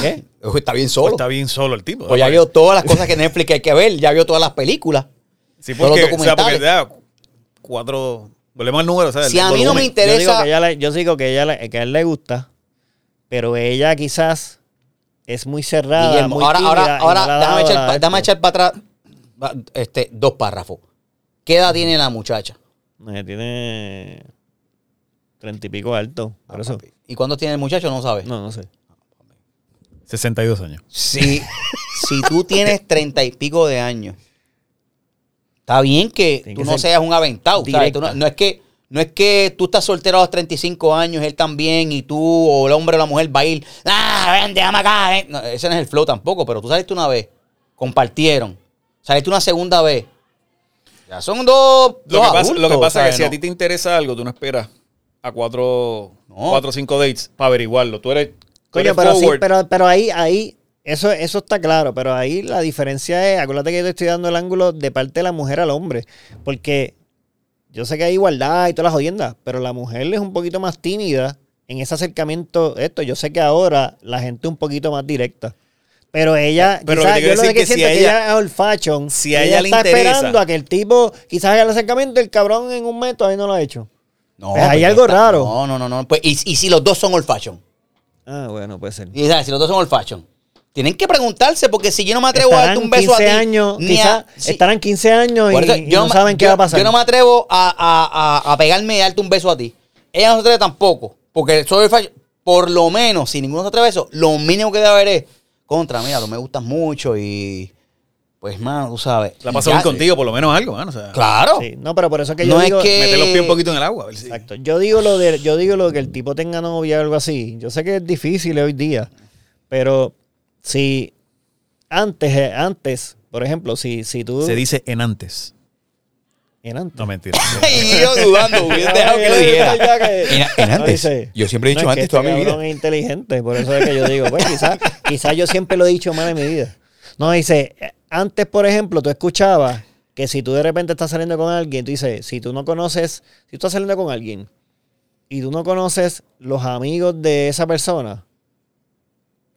Speaker 2: ¿Qué?
Speaker 1: Está bien
Speaker 3: O
Speaker 1: solo.
Speaker 3: está bien solo el tipo.
Speaker 1: Pues ya vio todas las cosas que Netflix hay que ver, ya vio todas las películas.
Speaker 3: Sí,
Speaker 1: todos
Speaker 3: porque,
Speaker 1: los
Speaker 3: o sea, porque
Speaker 1: documentales.
Speaker 3: te da cuatro. Volvemos al número, ¿sabes?
Speaker 1: Si a mí no me
Speaker 2: Yo digo
Speaker 1: interesa.
Speaker 2: que, ella le- yo digo que, ella le- que a él le gusta, pero ella quizás es muy cerrada.
Speaker 1: Guillermo,
Speaker 2: muy
Speaker 1: ahora, ahora,
Speaker 2: tímida este. y no
Speaker 1: ahora,
Speaker 2: le ha
Speaker 1: déjame
Speaker 2: dado
Speaker 1: echar,
Speaker 2: la- eh,
Speaker 1: pa- déjame
Speaker 2: esto.
Speaker 1: echar para atrás va, este, dos párrafos. ¿Qué edad tiene la muchacha?
Speaker 2: Eh, Tiene treinta y pico alto. Por
Speaker 1: Ah,
Speaker 2: eso.
Speaker 1: ¿Y cuántos tiene el muchacho? No sabes.
Speaker 2: No, no sé.
Speaker 3: 62 años.
Speaker 1: Si, si tú tienes treinta y pico de años, está bien que
Speaker 2: Tiene
Speaker 1: tú
Speaker 2: que
Speaker 1: no
Speaker 2: ser
Speaker 1: seas un aventado. ¿sabes?
Speaker 2: directa.
Speaker 1: Tú no, no es que, no es que tú estás soltero a los 35 años, él también, y tú, o el hombre o la mujer va a ir, ah, ven, déjame acá. ven". No, ese no es el flow tampoco, pero tú saliste una vez, compartieron, saliste una segunda vez. Ya son dos.
Speaker 3: Lo
Speaker 1: dos
Speaker 3: que pasa,
Speaker 1: adultos,
Speaker 3: lo que pasa es
Speaker 1: ¿sabes?
Speaker 3: que si a
Speaker 1: No.
Speaker 3: ti te interesa algo, tú no esperas a cuatro
Speaker 1: No.
Speaker 3: cuatro o cinco dates para averiguarlo. Tú eres. tú
Speaker 2: Coño,
Speaker 3: eres
Speaker 2: pero sí,
Speaker 3: forward.
Speaker 2: pero, pero ahí, ahí, eso, eso está claro, pero ahí la diferencia es, acuérdate que yo te estoy dando el ángulo de parte de la mujer al hombre, porque yo sé que hay igualdad y todas las jodiendas, pero la mujer es un poquito más tímida en ese acercamiento, esto, yo sé que ahora la gente es un poquito más directa. Pero ella,
Speaker 3: Ah, Pero lo
Speaker 2: quizás,
Speaker 3: que te
Speaker 2: yo
Speaker 3: quiero
Speaker 2: lo
Speaker 3: decir
Speaker 2: que
Speaker 3: que si
Speaker 2: siento es que
Speaker 3: a ella-
Speaker 2: ella es old fashion.
Speaker 3: si
Speaker 2: y
Speaker 3: a ella le
Speaker 2: está
Speaker 3: interesa-
Speaker 2: esperando a que el tipo quizás haga el acercamiento, el cabrón en un mes todavía no lo ha hecho.
Speaker 1: No,
Speaker 2: Pues hay
Speaker 1: ya
Speaker 2: algo raro.
Speaker 1: No, no, no. no. Pues, y, y si los dos son old fashion.
Speaker 2: Ah, bueno, puede ser.
Speaker 1: Y sabes, si los dos son old fashion. Tienen que preguntarse, porque si yo no me atrevo a darte un beso a ti.
Speaker 2: años,
Speaker 1: ni
Speaker 2: quizá
Speaker 1: a- si-
Speaker 2: estarán 15 años y,
Speaker 1: Por eso,
Speaker 2: y no
Speaker 1: me-
Speaker 2: saben qué
Speaker 1: yo-
Speaker 2: va a pasar.
Speaker 1: Yo no me atrevo a, a- a- a pegarme y darte un beso a ti. Ella no se atreve tampoco. Porque soy old fashion. Por lo menos, si ninguno se atreve a eso, lo mínimo que debe haber es contra, mira, tú me gustas mucho y. Pues, mano, tú sabes. pasó
Speaker 3: La pasó bien contigo, por lo menos algo, mano. O sea,
Speaker 1: Claro.
Speaker 2: Sí, no, pero por eso es que yo
Speaker 1: no
Speaker 2: digo,
Speaker 1: es que.
Speaker 3: meter los pies un poquito en el agua. a ver si-
Speaker 2: Exacto. Yo digo lo de, yo digo lo de que el tipo tenga novia o algo así. Yo sé que es difícil hoy día, pero si antes, eh, antes Por ejemplo, si, si tú...
Speaker 3: Se dice en antes.
Speaker 2: En antes.
Speaker 3: No, [LAUGHS] mentira.
Speaker 1: [LAUGHS] y yo dudando, hubiera dejado
Speaker 2: [LAUGHS]
Speaker 1: que lo
Speaker 3: [LAUGHS]
Speaker 1: dijera.
Speaker 4: En, en
Speaker 2: No,
Speaker 4: antes.
Speaker 2: dice-
Speaker 4: Yo siempre he dicho
Speaker 2: No, es que
Speaker 4: antes toda
Speaker 2: este
Speaker 4: mi vida.
Speaker 2: cabrón es inteligente, por eso es que yo digo, pues
Speaker 4: [LAUGHS]
Speaker 2: quizás quizá yo siempre lo he dicho mal en mi vida. No, dice, eh, antes, por ejemplo, tú escuchabas que si tú de repente estás saliendo con alguien, tú dices, si tú no conoces, si tú estás saliendo con alguien y tú no conoces los amigos de esa persona,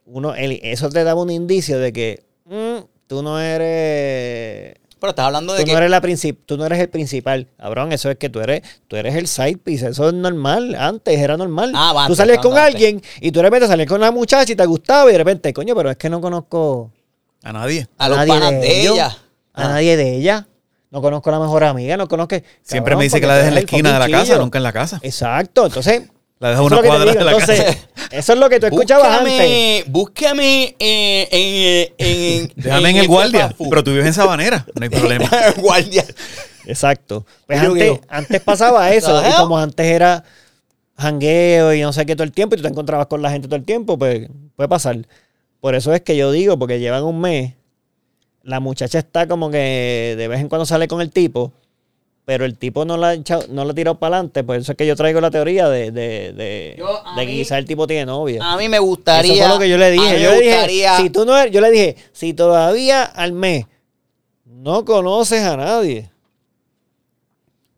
Speaker 2: uno, el- eso te daba un indicio de que mm, tú no eres
Speaker 1: Pero estás hablando de
Speaker 2: tú
Speaker 1: que.
Speaker 2: no eres la princip- tú no eres el principal, cabrón, eso es que tú eres, tú eres el side piece, eso es normal, antes era normal.
Speaker 1: Ah, va,
Speaker 2: tú
Speaker 1: antes,
Speaker 2: salías
Speaker 1: antes,
Speaker 2: con
Speaker 1: antes.
Speaker 2: alguien y tú de repente salías con una muchacha y te gustaba y de repente, coño, pero es que no conozco
Speaker 3: A nadie.
Speaker 1: A los
Speaker 2: nadie
Speaker 1: panas de
Speaker 2: ellos,
Speaker 1: ella. Ah.
Speaker 2: a nadie de ella. No conozco a la mejor amiga, no conozco.
Speaker 3: Siempre
Speaker 2: Cabrón,
Speaker 3: me dice
Speaker 2: porque
Speaker 3: que la
Speaker 2: tú
Speaker 3: dejes en la
Speaker 2: eres el
Speaker 3: esquina de la
Speaker 2: fucking
Speaker 3: casa,
Speaker 2: chillo.
Speaker 3: nunca en la casa.
Speaker 2: Exacto, entonces.
Speaker 3: La dejas
Speaker 2: eso es lo
Speaker 3: a una
Speaker 2: que te
Speaker 3: cuadra
Speaker 2: digo,
Speaker 3: de la
Speaker 2: entonces,
Speaker 3: casa.
Speaker 2: Eso es lo que tú escuchabas antes.
Speaker 1: Búscame, búscame eh, en, en, en-
Speaker 3: Déjame en el
Speaker 1: este
Speaker 3: guardia.
Speaker 1: papu.
Speaker 3: Pero tú vives en Sabanera. [LAUGHS] No hay problema.
Speaker 1: [LAUGHS] guardia.
Speaker 2: Exacto. Pues
Speaker 1: Yo
Speaker 2: antes,
Speaker 1: creo.
Speaker 2: antes pasaba eso.
Speaker 1: Ajá.
Speaker 2: y como antes era jangueo y no sé qué todo el tiempo, y tú te encontrabas con la gente todo el tiempo, pues puede pasar. Por eso es que yo digo, porque llevan un mes, la muchacha está como que de vez en cuando sale con el tipo, pero el tipo no la ha echado- no la ha tirado para adelante. Por eso es que yo traigo la teoría de, de, de,
Speaker 1: Yo, a
Speaker 2: de que
Speaker 1: mí-
Speaker 2: quizás el tipo tiene novia.
Speaker 1: A mí me
Speaker 2: Eso
Speaker 1: gustaría.
Speaker 2: fue lo que yo le
Speaker 1: a mí
Speaker 2: dije.
Speaker 1: me
Speaker 2: Yo le dije,
Speaker 1: gustaría-
Speaker 2: si tú no eres- yo le dije, si todavía al mes no conoces a nadie.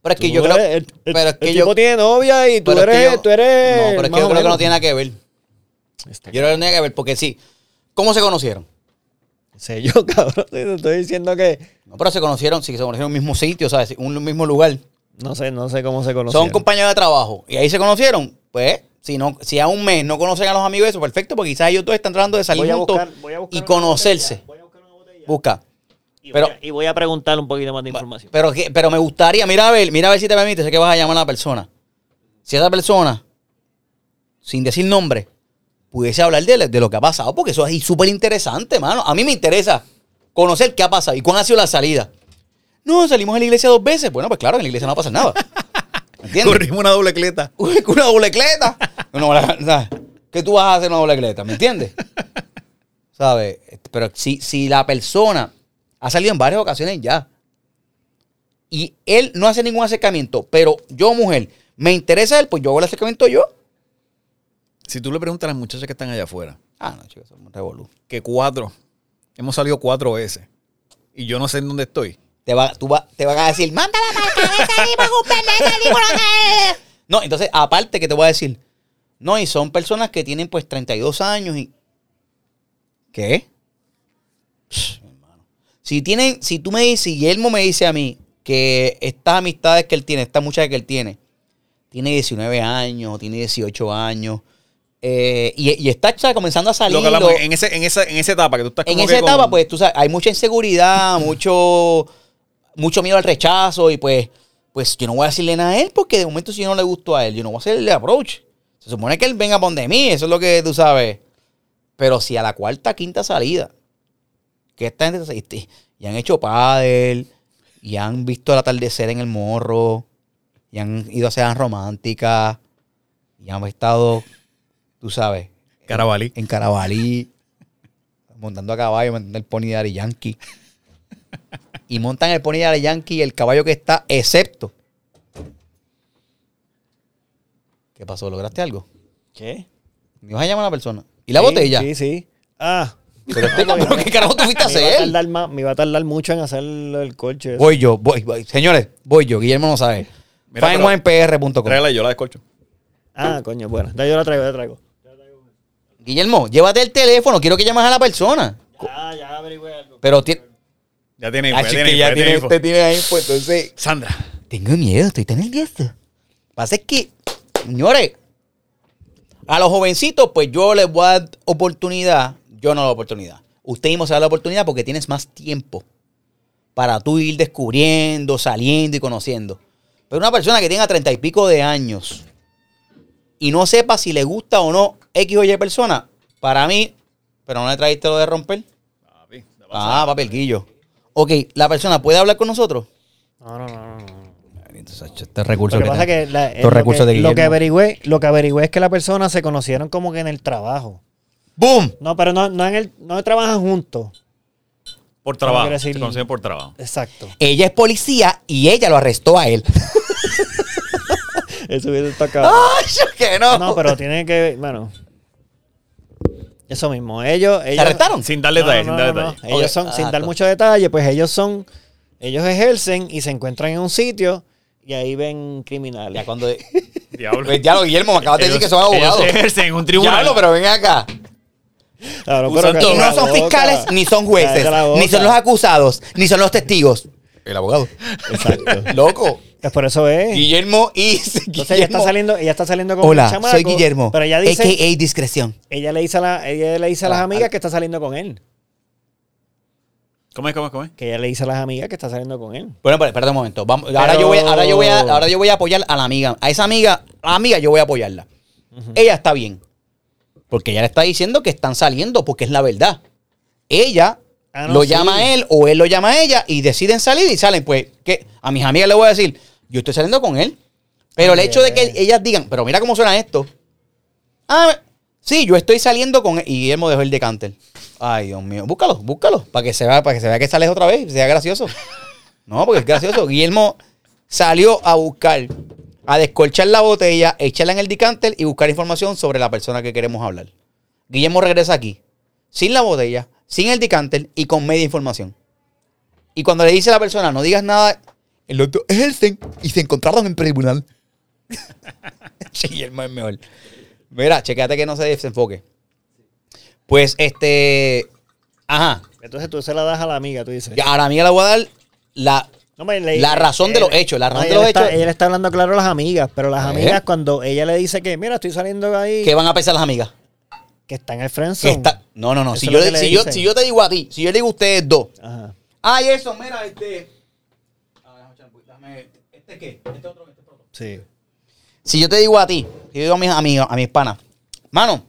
Speaker 1: pero es que
Speaker 2: tú
Speaker 1: yo creo.
Speaker 2: eres- el, el-
Speaker 1: pero es que
Speaker 2: el
Speaker 1: yo.
Speaker 2: tipo tiene novia y tú
Speaker 1: pero es que
Speaker 2: eres,
Speaker 1: yo-
Speaker 2: tú eres.
Speaker 1: No, pero es que
Speaker 2: más
Speaker 1: yo creo
Speaker 2: o
Speaker 1: que
Speaker 2: menos.
Speaker 1: no
Speaker 2: [LAUGHS]
Speaker 1: tiene nada que ver.
Speaker 2: Este
Speaker 1: Yo creo que no tiene que ver porque sí. ¿Cómo se conocieron?
Speaker 2: sé yo, [LAUGHS] cabrón. Te estoy diciendo que
Speaker 1: No, pero se conocieron, sí, se conocieron en un mismo sitio, ¿sabes? Un mismo lugar.
Speaker 2: no sé, no sé cómo se conoce.
Speaker 1: Son compañeros de trabajo. Y ahí se conocieron. Pues, si no, si a un mes no conocen a los amigos, eso perfecto, porque quizás ellos todos están tratando de salir juntos y conocerse. Busca.
Speaker 2: Y,
Speaker 1: Pero-
Speaker 2: voy a, y voy a preguntar un poquito más de información.
Speaker 1: Pero, que- pero me gustaría, mira a ver, mira a ver si te permite, sé que vas a llamar a la persona. Si esa persona, sin decir nombre, pudiese hablar de, de lo que ha pasado, porque eso es súper interesante, mano. A mí me interesa conocer qué ha pasado y cuál ha sido la salida. No, salimos de la iglesia dos veces. Bueno, pues claro, en la iglesia no va a pasar
Speaker 2: [LAUGHS]
Speaker 1: nada. ¿Entiendes?
Speaker 3: Corrimos una doble cleta.
Speaker 1: Uy, con una doble cleta. No, la- la- ¿Qué tú vas a hacer una doble cleta? ¿Me entiendes? ¿Sabes? Pero si, si la persona ha salido en varias ocasiones ya y él no hace ningún acercamiento, pero yo, mujer, me interesa él, pues yo hago el acercamiento yo.
Speaker 3: Si tú le preguntas a las muchachas que están allá afuera,
Speaker 1: Ah, no, chicos, somos un revolú.
Speaker 3: que cuatro, hemos salido cuatro veces, y yo no sé en dónde estoy.
Speaker 1: Te, va, tú va- te van a decir, mándala para el cabeza, salimos un pendejo, salimos la calle". No, entonces, aparte que te voy a decir, no, y son personas que tienen pues 32 años y... ¿Qué? Psh, hermano. Si tienen, si tú me dices, si Guillermo me dice a mí que estas amistades que él tiene, estas muchachas que él tiene, tiene 19 años, tiene 18 años, eh, y, y está ¿sabes? comenzando a salir...
Speaker 3: Lo que hablamos,
Speaker 1: lo-
Speaker 3: en, ese, en, esa, en esa etapa que tú estás
Speaker 1: en
Speaker 3: como
Speaker 1: esa
Speaker 3: que con-
Speaker 1: etapa, pues, tú sabes, hay mucha inseguridad, mucho, mucho miedo al rechazo y pues, pues yo no voy a decirle nada a él porque de momento si yo no le gusto a él, yo no voy a hacerle approach. Se supone que él venga por de mí, eso es lo que tú sabes. Pero si a la cuarta, quinta salida, que esta gente se- este, y han hecho pádel, y han visto el atardecer en el morro, y han ido a cenas románticas, y han estado, tú sabes,
Speaker 3: Carabalí.
Speaker 1: en Carabalí, montando a caballo, montando el pony de Ari Yankee. Y montan el pony de Ari Yankee y el caballo que está, excepto. ¿Qué pasó? ¿Lograste algo?
Speaker 2: ¿Qué?
Speaker 1: Me vas a llamar a la persona. ¿Y la
Speaker 2: Sí,
Speaker 1: botella?
Speaker 2: Sí, sí. Ah.
Speaker 1: Pero,
Speaker 2: [LAUGHS]
Speaker 1: este cabrón, ¿qué carajo tú fuiste a
Speaker 2: Me iba a,
Speaker 1: hacer?
Speaker 2: tardar más- me iba a tardar mucho en hacer el coche.
Speaker 1: Voy yo, voy, voy. Señores, voy yo. Guillermo no sabe.
Speaker 3: Mira, pero-
Speaker 1: FineWinePR.com
Speaker 3: Tráela y yo la descorcho.
Speaker 2: Ah, coño, bueno. Ya yo la traigo, yo la traigo.
Speaker 1: Guillermo, llévate el teléfono. Quiero que llames a la persona.
Speaker 2: Ya, ya averigüé algo.
Speaker 1: Pero ti-
Speaker 3: Ya tiene info,
Speaker 1: Así
Speaker 3: ya tiene
Speaker 1: que
Speaker 3: info,
Speaker 1: Ah, ya
Speaker 3: ya tiene
Speaker 1: tiene,
Speaker 3: info.
Speaker 1: te tiene ahí, pues entonces...
Speaker 3: Sandra.
Speaker 1: Tengo miedo, estoy tan nervioso. Pasa es que, señores, a los jovencitos, pues yo les voy a dar oportunidad. Yo no la oportunidad. Usted mismo se da la oportunidad porque tienes más tiempo para tú ir descubriendo, saliendo y conociendo. Pero una persona que tenga treinta y pico de años y no sepa si le gusta o no X o Y persona, para mí, pero no le trajiste lo de romper.
Speaker 3: Papi, la vas
Speaker 1: Ah, papel guillo. Ok, la persona puede hablar con nosotros.
Speaker 2: No, no, no, no. no.
Speaker 1: Este recurso
Speaker 2: Lo que pasa es que, la- eh,
Speaker 1: Los
Speaker 2: lo,
Speaker 1: recursos
Speaker 2: que,
Speaker 1: de
Speaker 2: lo que
Speaker 1: Guillermo.
Speaker 2: averigüé, lo que averigüé es que la persona se conocieron como que en el trabajo.
Speaker 1: ¡Boom!
Speaker 2: No, pero no, no en el, no trabajan juntos.
Speaker 6: Por
Speaker 2: quiero
Speaker 6: trabajo.
Speaker 2: decir-
Speaker 6: Se conocen por trabajo.
Speaker 2: Exacto.
Speaker 1: Ella es policía y ella lo arrestó a él.
Speaker 2: Eso hubiese estado
Speaker 1: [LAUGHS]
Speaker 2: cabrón.
Speaker 1: ¡Ay, que no!
Speaker 2: No, pero tiene que. Bueno. Eso mismo. Ellos. ellos
Speaker 1: ¿Se arrestaron?
Speaker 6: Sin darle
Speaker 2: No,
Speaker 6: detalle,
Speaker 2: no,
Speaker 6: sin darle
Speaker 2: no, no.
Speaker 6: detalle.
Speaker 2: Ellos
Speaker 1: Ok,
Speaker 2: son, sin
Speaker 1: ah,
Speaker 2: dar
Speaker 1: to-
Speaker 2: mucho detalle, pues ellos son. Ellos ejercen y se encuentran en un sitio y ahí ven criminales.
Speaker 1: Ya cuando...
Speaker 6: Diablo.
Speaker 1: Pues, diablo, Guillermo, me acabas de decir que son
Speaker 6: Ellos-
Speaker 1: abogados.
Speaker 6: ellos ejercen en un tribunal.
Speaker 1: Diablo, pero ven acá.
Speaker 2: Cabrón,
Speaker 6: Usan
Speaker 2: pero
Speaker 6: todo.
Speaker 1: Y
Speaker 2: cállate
Speaker 1: no
Speaker 2: la
Speaker 1: son
Speaker 2: boca.
Speaker 1: fiscales, ni son jueces,
Speaker 2: Cállate la boca.
Speaker 1: ni son los acusados, ni son los testigos. El abogado.
Speaker 2: Exacto.
Speaker 1: [LAUGHS] Loco.
Speaker 2: Pues por eso es.
Speaker 1: Guillermo y... [LAUGHS]
Speaker 2: Entonces ella está saliendo, ella está saliendo con
Speaker 1: Hola,
Speaker 2: un chamaco,
Speaker 1: soy Guillermo.
Speaker 2: Pero ella dice,
Speaker 1: AKA Discreción.
Speaker 2: ella le dice a la, ella le dice a las
Speaker 1: Ah,
Speaker 2: amigas
Speaker 1: ah.
Speaker 2: que está saliendo con él.
Speaker 6: ¿Cómo es, cómo es, cómo es?
Speaker 2: Que ella le dice a las amigas que está saliendo con él.
Speaker 1: Bueno, pero espérate un momento. Vamos- ahora, yo voy, a- ahora, yo voy a, ahora yo voy a apoyar a la amiga. A esa amiga, a la amiga yo voy a apoyarla. Ella está bien. Porque ella le está diciendo que están saliendo porque es la verdad. Ella
Speaker 2: Ah, no,
Speaker 1: lo
Speaker 2: sí.
Speaker 1: llama a él o él lo llama a ella y deciden salir y salen. Pues que a mis amigas les voy a decir, yo estoy saliendo con él. Pero
Speaker 2: Ah,
Speaker 1: el hecho de que ellas digan, pero mira cómo suena esto. Ah, sí, yo estoy saliendo con él. Y Guillermo dejó el decanter. Ay, Dios mío. Búscalo, búscalo. Para que se vea, para que se vea que sales otra vez y sea gracioso. No, porque es gracioso. Guillermo salió a buscar, a descolchar la botella, echarla en el decanter y buscar información sobre la persona que queremos hablar. Guillermo regresa aquí, sin la botella, sin el decanter y con media información. Y cuando le dice a la persona, no digas nada, el otro ejercen y se encontraron en tribunal. [LAUGHS] Guillermo es mejor. Mira, chequéate que no se desenfoque. Pues este. Ajá.
Speaker 2: Entonces tú se la das a la amiga, tú dices.
Speaker 1: Ya, A la amiga le voy a dar la
Speaker 2: No, hombre, le-
Speaker 1: La razón de los
Speaker 2: ella-
Speaker 1: hechos, la razón
Speaker 2: no,
Speaker 1: de
Speaker 2: ella
Speaker 1: los
Speaker 2: le está-
Speaker 1: hechos.
Speaker 2: Ella le está hablando claro a las amigas, pero las
Speaker 1: ¿Eh?
Speaker 2: amigas cuando ella le dice que, mira, estoy saliendo ahí,
Speaker 1: ¿Qué van a pensar las amigas?
Speaker 2: que está en el friend
Speaker 1: Que
Speaker 2: zone.
Speaker 1: está- no, no, no.
Speaker 2: Eso
Speaker 1: Si
Speaker 2: es
Speaker 1: yo,
Speaker 2: lo que
Speaker 1: le-
Speaker 2: le
Speaker 1: si, yo,
Speaker 2: dicen.
Speaker 1: si yo te digo a ti, si yo le digo a ustedes dos,
Speaker 2: Ajá.
Speaker 1: ay, eso, mira, este. Ah, déjame echar un poquito, déjame- ¿Este qué? Este otro, este otro.
Speaker 2: Sí.
Speaker 1: Si yo te digo a ti, si yo digo a mis amigos, a mis panas, mano,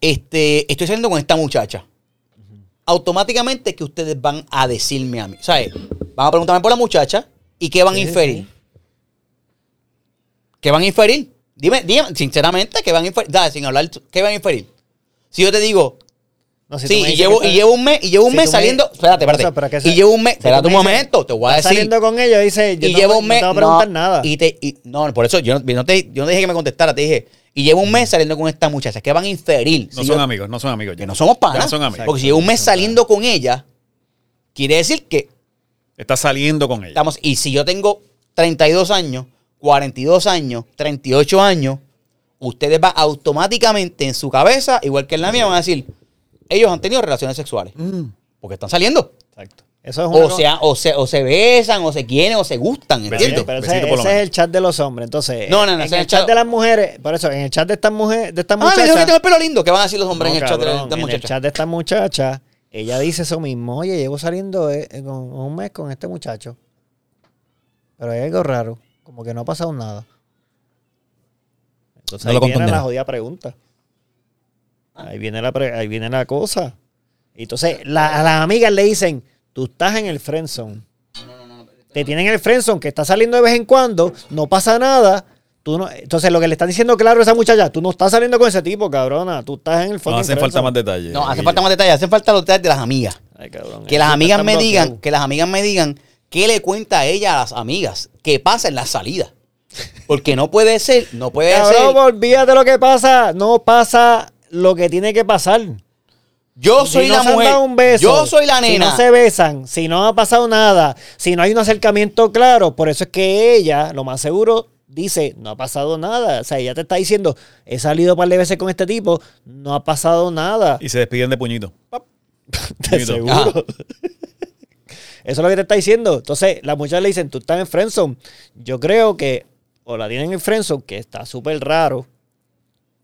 Speaker 1: este, estoy saliendo con esta muchacha. Automáticamente que ustedes van a decirme a mí. ¿Sabes? Van a preguntarme por la muchacha y qué van a
Speaker 2: Sí,
Speaker 1: inferir.
Speaker 2: sí.
Speaker 1: ¿Qué van a inferir? Dime, dime, sinceramente, ¿qué van a inferir? Dale, sin hablar, ¿qué van a inferir? Si yo te digo,
Speaker 2: No, si tú me
Speaker 1: sí, y
Speaker 2: dices
Speaker 1: llevo,
Speaker 2: que
Speaker 1: y
Speaker 2: está-
Speaker 1: llevo un mes, y llevo un
Speaker 2: si
Speaker 1: mes
Speaker 2: tú me-
Speaker 1: saliendo. Espérate,
Speaker 2: No, o sea,
Speaker 1: espérate.
Speaker 2: pero que
Speaker 1: y
Speaker 2: se-
Speaker 1: llevo un mes.
Speaker 2: si tú
Speaker 1: Espérate un
Speaker 2: me dices,
Speaker 1: momento, te voy a
Speaker 2: "Estás
Speaker 1: decir.
Speaker 2: saliendo con ella, dice, yo
Speaker 1: Y
Speaker 2: no,
Speaker 1: llevo
Speaker 2: no
Speaker 1: un mes.
Speaker 2: te voy a preguntar
Speaker 1: no,
Speaker 2: nada.
Speaker 1: Y te, y- no, por eso yo, no- yo no te, yo no dije que me contestara, te dije. Y llevo un mes saliendo con esta muchacha. ¿Qué van a inferir?
Speaker 6: No
Speaker 1: Si
Speaker 6: son
Speaker 1: yo-
Speaker 6: amigos, no son amigos.
Speaker 1: Que no somos panas.
Speaker 6: Ya son amigos.
Speaker 1: Porque si llevo un mes saliendo con ella, quiere decir que
Speaker 6: Está saliendo con ella.
Speaker 1: Estamos, y si yo tengo 32 años, 42 años, 38 años, ustedes van automáticamente en su cabeza, igual que en la mía, van a decir, ellos han tenido relaciones sexuales.
Speaker 3: Mm.
Speaker 1: Porque están saliendo.
Speaker 2: Exacto. Eso es una
Speaker 1: O, sea, o, se, o se besan, o se quieren, o se gustan,
Speaker 6: Besito.
Speaker 1: ¿entiendes?
Speaker 2: Pero ese,
Speaker 6: Besito por lo
Speaker 2: ese es
Speaker 6: menos.
Speaker 2: el chat de los hombres. Entonces,
Speaker 1: No, no, no,
Speaker 2: en
Speaker 1: ese
Speaker 2: el,
Speaker 1: es el
Speaker 2: chat
Speaker 1: chat-
Speaker 2: de las mujeres, por eso, en el chat de estas mujeres, de estas
Speaker 1: Ah, me dijo que
Speaker 2: muchachas.
Speaker 1: tengo el pelo lindo. ¿Qué van a decir los hombres
Speaker 2: No,
Speaker 1: en el chat de
Speaker 2: cabrón,
Speaker 1: estas
Speaker 2: en el
Speaker 1: muchachas?
Speaker 2: chat de esta muchacha, ella dice eso mismo. Oye, llevo saliendo eh, eh, con- un mes con este muchacho. Pero hay algo raro. Como que no ha pasado nada. Entonces
Speaker 4: No
Speaker 2: ahí
Speaker 4: lo
Speaker 2: viene
Speaker 4: contundieron.
Speaker 2: la jodida pregunta. Ahí viene la, pre- ahí viene la cosa. Y entonces la- a las amigas le dicen, tú estás en el friendzone. Te tienen en el friendzone que está saliendo de vez en cuando, no pasa nada. Tú no, entonces lo que le están diciendo claro a esa muchacha, tú no estás saliendo con ese tipo, cabrona. Tú estás en el
Speaker 6: No
Speaker 2: fucking
Speaker 6: hacen falta
Speaker 2: friendzone.
Speaker 6: más detalles.
Speaker 1: No, hace
Speaker 6: Guille.
Speaker 1: falta más detalles. Hacen falta los detalles de las amigas.
Speaker 2: Ay, cabrón.
Speaker 1: Que las
Speaker 2: Eso
Speaker 1: amigas
Speaker 2: está
Speaker 1: me
Speaker 2: bloqueado.
Speaker 1: digan, que las amigas me digan qué le cuenta a ella a las amigas, qué pasa en la salida. Porque no puede ser, no puede
Speaker 2: Cabrón,
Speaker 1: ser.
Speaker 2: olvídate lo que pasa. No pasa lo que tiene que pasar.
Speaker 1: Yo soy
Speaker 2: si no
Speaker 1: la
Speaker 2: se han
Speaker 1: mujer.
Speaker 2: dado un beso,
Speaker 1: yo soy la nena.
Speaker 2: Si no se besan, si no ha pasado nada, si no hay un acercamiento claro, por eso es que ella, lo más seguro, dice, no ha pasado nada. O sea, ella te está diciendo, he salido un par de veces con este tipo, no ha pasado nada.
Speaker 6: Y se despiden de puñito. Pap.
Speaker 2: [LAUGHS] De seguro. Eso es lo que te está diciendo. Entonces, las muchachas le dicen, tú estás en Friendzone. Yo creo que, o la tienen en Friendzone, que está súper raro,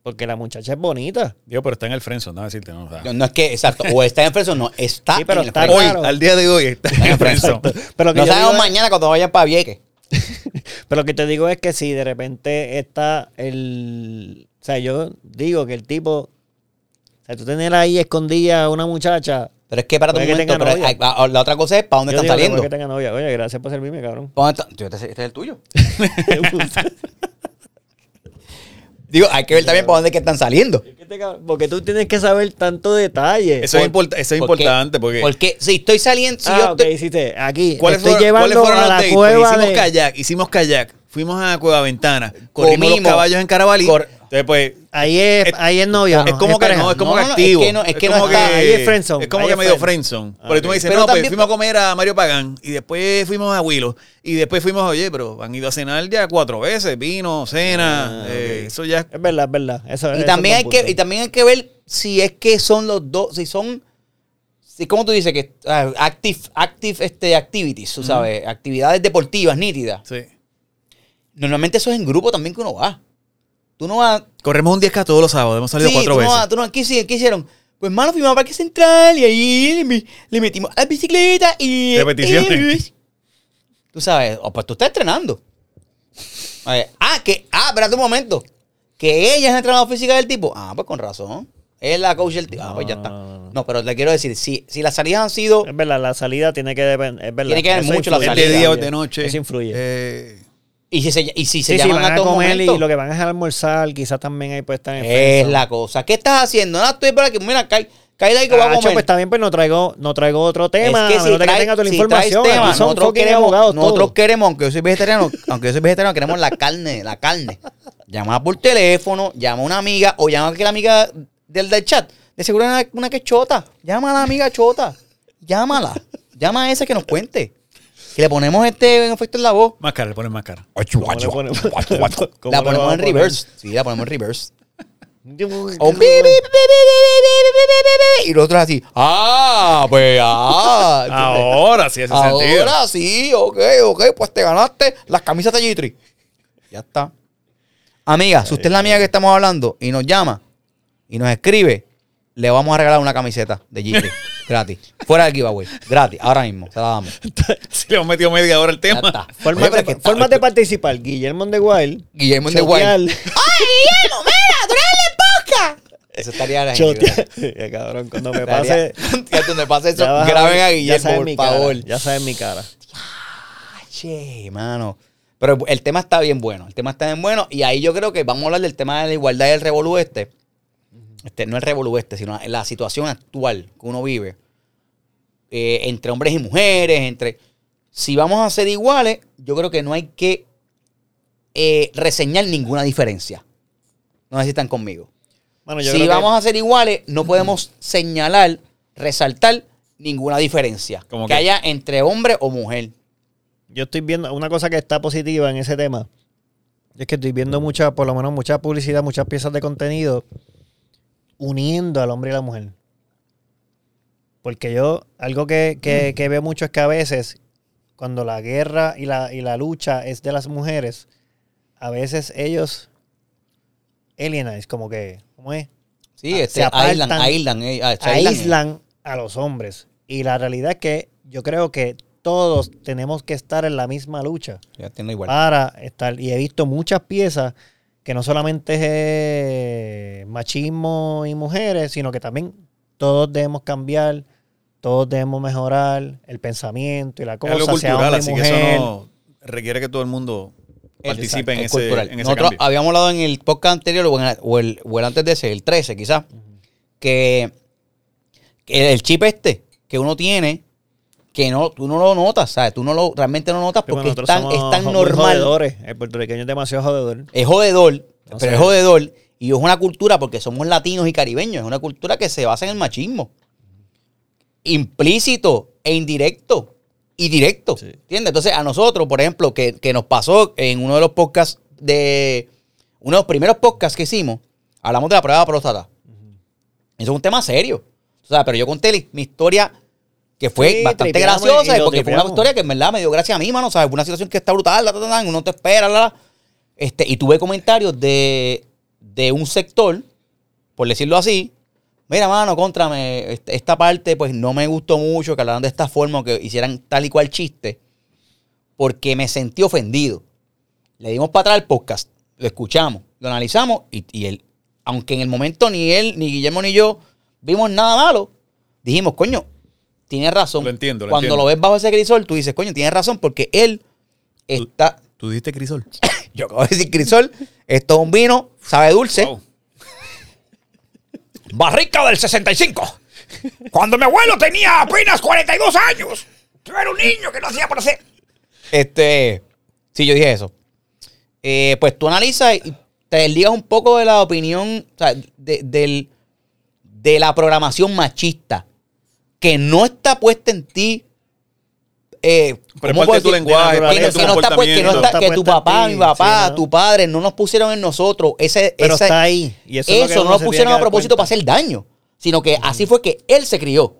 Speaker 2: porque la muchacha es bonita.
Speaker 6: Digo, pero está en el friendzone, no decirte. No, o sea,
Speaker 1: No, no es que, exacto. O está en preso, no. Está
Speaker 2: Sí, pero
Speaker 1: en el
Speaker 2: está
Speaker 1: friendzone.
Speaker 6: hoy,
Speaker 2: claro.
Speaker 6: al día de hoy, está en el friendzone.
Speaker 2: Pero lo que,
Speaker 1: No
Speaker 2: yo
Speaker 1: sabemos
Speaker 2: digo es-
Speaker 1: mañana cuando vayan para Vieques.
Speaker 2: pero lo que te digo es que si de repente está el... O sea, yo digo que el tipo... O sea, tú tener ahí escondida a una muchacha...
Speaker 1: Pero es que para un
Speaker 2: Puede que
Speaker 1: momento.
Speaker 2: tenga
Speaker 1: pero
Speaker 2: novia.
Speaker 1: hay- a- a- la otra cosa es para dónde
Speaker 2: yo
Speaker 1: están
Speaker 2: digo que
Speaker 1: saliendo.
Speaker 2: porque tenga novia. Oye, gracias por [LAUGHS]
Speaker 1: este
Speaker 2: servirme, cabrón.
Speaker 1: ¿Para dónde están- Este es el tuyo. Digo, hay que ver también por dónde es que están saliendo.
Speaker 2: ¿Qué te cab- Porque tú tienes que saber tanto detalle.
Speaker 6: Eso es, import- eso es
Speaker 1: ¿Por qué?
Speaker 6: importante porque.
Speaker 1: Porque si estoy saliendo, si
Speaker 2: ah,
Speaker 1: yo
Speaker 2: ok,
Speaker 1: estoy-
Speaker 2: hiciste aquí.
Speaker 6: [LAUGHS] ¿Cuáles
Speaker 2: estoy
Speaker 6: fueron,
Speaker 2: llevando
Speaker 6: cuáles fueron
Speaker 2: a
Speaker 6: los
Speaker 2: la
Speaker 6: dates? Porque
Speaker 2: cueva
Speaker 6: Hicimos
Speaker 2: de-
Speaker 6: kayak, hicimos kayak, fuimos a la cueva ventana, corrimos los
Speaker 1: Corrimos.
Speaker 6: caballos en Carabalí.
Speaker 1: Cor-
Speaker 6: Entonces, pues,
Speaker 2: Ahí es,
Speaker 6: Es-
Speaker 2: ahí es novia.
Speaker 6: es
Speaker 2: ¿no?
Speaker 6: como que
Speaker 2: pareja.
Speaker 6: no, es como
Speaker 1: No,
Speaker 6: que
Speaker 1: no, no,
Speaker 6: activo.
Speaker 1: es que no- es que no
Speaker 6: como
Speaker 1: está-
Speaker 2: ahí es friendzone,
Speaker 6: Es como
Speaker 2: ahí
Speaker 6: que
Speaker 2: es
Speaker 6: medio
Speaker 2: friendzone.
Speaker 6: friendzone.
Speaker 2: Ah,
Speaker 6: Pero tú
Speaker 2: ok.
Speaker 6: me dices,
Speaker 1: Pero
Speaker 6: no, pues
Speaker 1: también-
Speaker 6: fuimos a comer a Mario Pagán y después fuimos a Willow y después fuimos, oye, pero han ido a cenar ya cuatro veces, vino, cena,
Speaker 2: Ah,
Speaker 6: eh, eso ya.
Speaker 2: Es verdad, es verdad. Eso-
Speaker 1: y
Speaker 2: eso
Speaker 1: también
Speaker 2: es
Speaker 1: hay
Speaker 2: buen
Speaker 1: que,
Speaker 2: punto.
Speaker 1: y también hay que ver si es que son los dos, si son, si como tú dices que ah, active, active este, activities, tú sabes, actividades deportivas nítidas.
Speaker 6: Sí.
Speaker 1: Normalmente eso es en grupo también que uno va. Tú no vas
Speaker 6: Corremos un 10K todos los sábados, hemos salido
Speaker 1: Sí,
Speaker 6: cuatro
Speaker 1: tú
Speaker 6: veces.
Speaker 1: No, vas, tú no, vas, ¿qué, hicieron? ¿Qué hicieron? Pues, mano, fuimos a Parque Central y ahí le, me- le metimos a la bicicleta y...
Speaker 6: Repeticiones.
Speaker 1: Tú sabes, oh, pues tú estás entrenando. A ver, ah, que... Ah, espérate un momento. Que ella es la entrenadora física del tipo. Ah, pues con razón. Es la coach del tipo. Ah, pues ya
Speaker 2: No,
Speaker 1: está.
Speaker 2: no, no, no.
Speaker 1: No, pero le quiero decir, si, si las salidas han sido...
Speaker 2: Es verdad, la salida tiene que depender. Es verdad.
Speaker 1: Tiene que ver
Speaker 2: Eso
Speaker 1: mucho la
Speaker 6: Es
Speaker 2: influye.
Speaker 1: salida.
Speaker 6: de día o
Speaker 1: Influye.
Speaker 6: de noche.
Speaker 2: Eso influye.
Speaker 6: Eh,
Speaker 1: Y si se, y si se
Speaker 2: sí, sí,
Speaker 1: llaman
Speaker 2: van
Speaker 1: a
Speaker 2: a
Speaker 1: todos
Speaker 2: comer
Speaker 1: momentos,
Speaker 2: y lo que van es a almorzar, quizás también ahí puede estar en
Speaker 1: Es la cosa. ¿Qué estás haciendo? No, estoy por aquí. Mira, cae, cae la que
Speaker 2: Ah,
Speaker 1: vamos a
Speaker 2: cho,
Speaker 1: comer.
Speaker 2: pues también pues no traigo, no traigo otro tema,
Speaker 1: Es que
Speaker 2: a
Speaker 1: si
Speaker 2: menos de que
Speaker 1: traes-
Speaker 2: tenga toda la
Speaker 1: si
Speaker 2: información.
Speaker 1: traes
Speaker 2: aquí
Speaker 1: tema,
Speaker 2: son
Speaker 1: nosotros
Speaker 2: fucking
Speaker 1: queremos,
Speaker 2: abogados todos.
Speaker 1: nosotros queremos, aunque yo soy vegetariano, aunque yo soy vegetariano, queremos la carne, la carne. Llama por teléfono, llama a una amiga o llama a que la amiga del, del chat. De seguro una, una que es chota. Llama a la amiga chota. Llámala. Llama a esa que nos cuente. Que le ponemos este efecto en la voz.
Speaker 6: más cara, le ponen más cara.
Speaker 4: Guacho,
Speaker 2: ¿Cómo le
Speaker 4: guacho,
Speaker 2: ponemos?
Speaker 4: guacho, guacho.
Speaker 2: [LAUGHS] ¿Cómo
Speaker 1: La
Speaker 2: le
Speaker 1: ponemos
Speaker 2: vamos
Speaker 1: en
Speaker 2: a poner?
Speaker 1: reverse. Sí, la ponemos en
Speaker 2: [LAUGHS]
Speaker 1: reverse. O un bip, bip, bip, bip, bip, bip, bip, bip, bip, y los otros así. Ah, pues ah.
Speaker 6: Ahora sí hace [LAUGHS] sentido.
Speaker 1: Ahora sí, ok, ok, pues te ganaste las camisas de Gitri. Ya está. Amiga, si usted es la amiga que estamos hablando y nos llama y nos escribe, le vamos a regalar una camiseta de Gitri.
Speaker 2: [LAUGHS]
Speaker 1: gratis. Fuera del giveaway. Gratis. Ahora mismo. Se la
Speaker 2: [LAUGHS]
Speaker 1: damos.
Speaker 6: Si le hemos metido media hora al
Speaker 1: Ya
Speaker 6: tema.
Speaker 1: está.
Speaker 2: Formas,
Speaker 1: Oye, pero
Speaker 2: de,
Speaker 1: es que está-
Speaker 2: formas de participar. [LAUGHS] Guillermo de Wild.
Speaker 1: Guillermo de Guay.
Speaker 2: chotear.
Speaker 1: ¡Ay, Guillermo! ¡Mira! ¡Tú eres el podcast! Eso
Speaker 2: [LAUGHS]
Speaker 1: estaría la gente.
Speaker 2: Chotear. Ya, cabrón, cuando me pase.
Speaker 1: Estaría- [LAUGHS] Ya cuando pase eso,
Speaker 2: ya vas a
Speaker 1: graben
Speaker 2: ver,
Speaker 1: a
Speaker 2: ya
Speaker 1: Guillermo,
Speaker 2: saben
Speaker 1: por
Speaker 2: mi cara,
Speaker 1: favor.
Speaker 2: ya saben mi cara.
Speaker 1: Che, mano. Pero el tema está bien bueno. El tema está bien bueno. Y ahí yo creo que vamos a hablar del tema de la igualdad y el revolú este. Este, no el revolú este, sino la situación actual que uno vive. Eh, entre hombres y mujeres, entre. Si vamos a ser iguales, yo creo que no hay que eh, reseñar ninguna diferencia. No sé si están conmigo.
Speaker 2: Bueno, yo
Speaker 1: Si
Speaker 2: creo que-
Speaker 1: vamos a ser iguales, no podemos señalar, resaltar ninguna diferencia.
Speaker 6: ¿Cómo
Speaker 1: Que
Speaker 6: qué?
Speaker 1: haya entre hombre o mujer.
Speaker 2: yo estoy viendo una cosa que está positiva en ese tema. Es que estoy viendo mucha, por lo menos mucha publicidad, muchas piezas de contenido uniendo al hombre y la mujer. Porque yo, algo que,
Speaker 1: Mm.
Speaker 2: que- que veo mucho es que a veces, cuando la guerra y la, y la lucha es de las mujeres, a veces ellos alienize, como que, ¿cómo es?
Speaker 1: Sí,
Speaker 2: Ah,
Speaker 1: este,
Speaker 2: se apartan,
Speaker 1: aíslan, aíslan, eh, ah, se aíslan, eh.
Speaker 2: aíslan a los hombres. Y la realidad es que yo creo que todos tenemos que estar en la misma lucha
Speaker 1: eh, Ya tiene igual.
Speaker 2: para estar. Y he visto muchas piezas que no solamente es eh, machismo y mujeres, sino que también todos debemos cambiar, todos debemos mejorar el pensamiento y la
Speaker 6: Es
Speaker 2: cosa.
Speaker 6: algo
Speaker 2: sea
Speaker 6: cultural,
Speaker 2: hombre y
Speaker 6: así que
Speaker 2: mujer.
Speaker 6: eso no requiere que todo el mundo
Speaker 1: Es-
Speaker 6: participe en
Speaker 1: es
Speaker 6: ese,
Speaker 1: cultural.
Speaker 6: en ese
Speaker 1: Nosotros
Speaker 6: cambio.
Speaker 1: habíamos hablado en el podcast anterior o, en el, o el- o el antes de ese, el 13 quizás, que, que el chip este que uno tiene, que no, tú no lo notas, ¿sabes? Tú no lo, realmente no notas
Speaker 2: Pero
Speaker 1: porque es
Speaker 2: nosotros
Speaker 1: tan,
Speaker 2: somos
Speaker 1: es tan
Speaker 2: muy
Speaker 1: normal.
Speaker 2: jodedores. El puertorriqueño es demasiado jodedor.
Speaker 1: es jodedor,
Speaker 2: Entonces-
Speaker 1: pero es jodedor. Y es una cultura, porque somos latinos y caribeños, es una cultura que se basa en el machismo. Implícito e indirecto. Y directo. ¿Entiendes? Entonces, a nosotros, por ejemplo, que, que nos pasó en uno de los podcasts de. Uno de los primeros podcasts que hicimos, hablamos de la prueba de próstata. Eso es un tema serio. O sea, pero yo conté li- mi historia que fue
Speaker 2: Sí,
Speaker 1: bastante
Speaker 2: tripeamos y-
Speaker 1: graciosa,
Speaker 2: y lo
Speaker 1: porque fue una
Speaker 2: tripeamos.
Speaker 1: historia que en verdad me dio gracia a mí, mano. ¿Sabes? Fue una situación que está brutal, la, la, la, uno te espera, la, la. Este, y tuve comentarios de, de un sector, por decirlo así. Mira, mano, contrame, este- esta parte pues no me gustó mucho que hablaran de esta forma, o que hicieran tal y cual chiste, porque me sentí ofendido. Le dimos para atrás el podcast, lo escuchamos, lo analizamos y, y él, aunque en el momento ni él, ni Guillermo, ni yo vimos nada malo, dijimos, coño, tienes razón.
Speaker 6: Lo entiendo, lo
Speaker 1: Cuando
Speaker 6: entiendo.
Speaker 1: lo ves bajo ese grisol, tú dices, coño, tienes razón porque él está...
Speaker 6: ¿Tú dijiste crisol?
Speaker 1: Yo acabo de decir crisol. Esto es un vino, sabe dulce.
Speaker 6: Wow.
Speaker 4: Barrica del 65. Cuando mi abuelo tenía apenas 42 años. Yo era un niño que no hacía por hacer.
Speaker 1: Este, sí, yo dije eso. Eh, pues tú analizas y te desligas un poco de la opinión, o sea, de, del- de la programación machista, que no está puesta en ti. eh,
Speaker 6: Pero es parte
Speaker 1: ¿cómo
Speaker 6: de
Speaker 1: puedo
Speaker 6: tu
Speaker 1: decir?
Speaker 6: lenguaje,
Speaker 1: Que-
Speaker 2: de
Speaker 1: que,
Speaker 2: tu
Speaker 1: no está, pues, que no está-
Speaker 2: comportamiento.
Speaker 1: que tu
Speaker 2: Está puesta
Speaker 1: papá,
Speaker 2: en ti,
Speaker 1: mi papá,
Speaker 2: sí, ¿no?
Speaker 1: tu padre no nos pusieron en nosotros. Ese,
Speaker 2: Pero
Speaker 1: ese-
Speaker 2: está ahí. Y eso
Speaker 1: eso,
Speaker 2: es lo que
Speaker 1: no
Speaker 2: uno
Speaker 1: lo
Speaker 2: se tiene
Speaker 1: pusieron
Speaker 2: que
Speaker 1: a
Speaker 2: dar
Speaker 1: propósito para
Speaker 2: cuenta.
Speaker 1: hacer daño, sino que así fue que él se crió.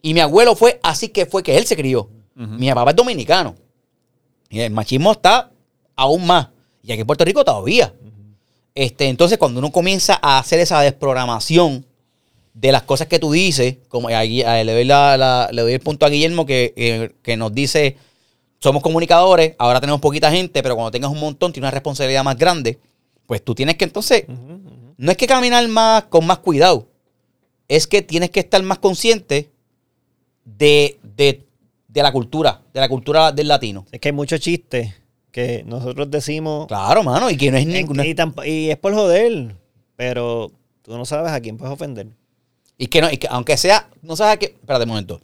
Speaker 1: Y mi abuelo fue así que fue que él se crió. Mi papá es dominicano. Y el machismo está aún más. Y aquí en Puerto Rico todavía. este, entonces, cuando uno comienza a hacer esa desprogramación de las cosas que tú dices, como ahí, ahí le, doy la- la- le doy el punto a Guillermo que, eh, que nos dice, somos comunicadores, ahora tenemos poquita gente, pero cuando tengas un montón, tienes una responsabilidad más grande, pues tú tienes que entonces, no es que caminar más con más cuidado, es que tienes que estar más consciente de, de- de la cultura, de la cultura del latino.
Speaker 2: Es que hay muchos chistes que nosotros decimos.
Speaker 1: Claro, mano, y que no es ninguna...
Speaker 2: y, tamp- y es por joder. Pero tú no sabes a quién puedes ofender.
Speaker 1: Y que no, y que aunque sea, no sabes a qué. Espérate un momento.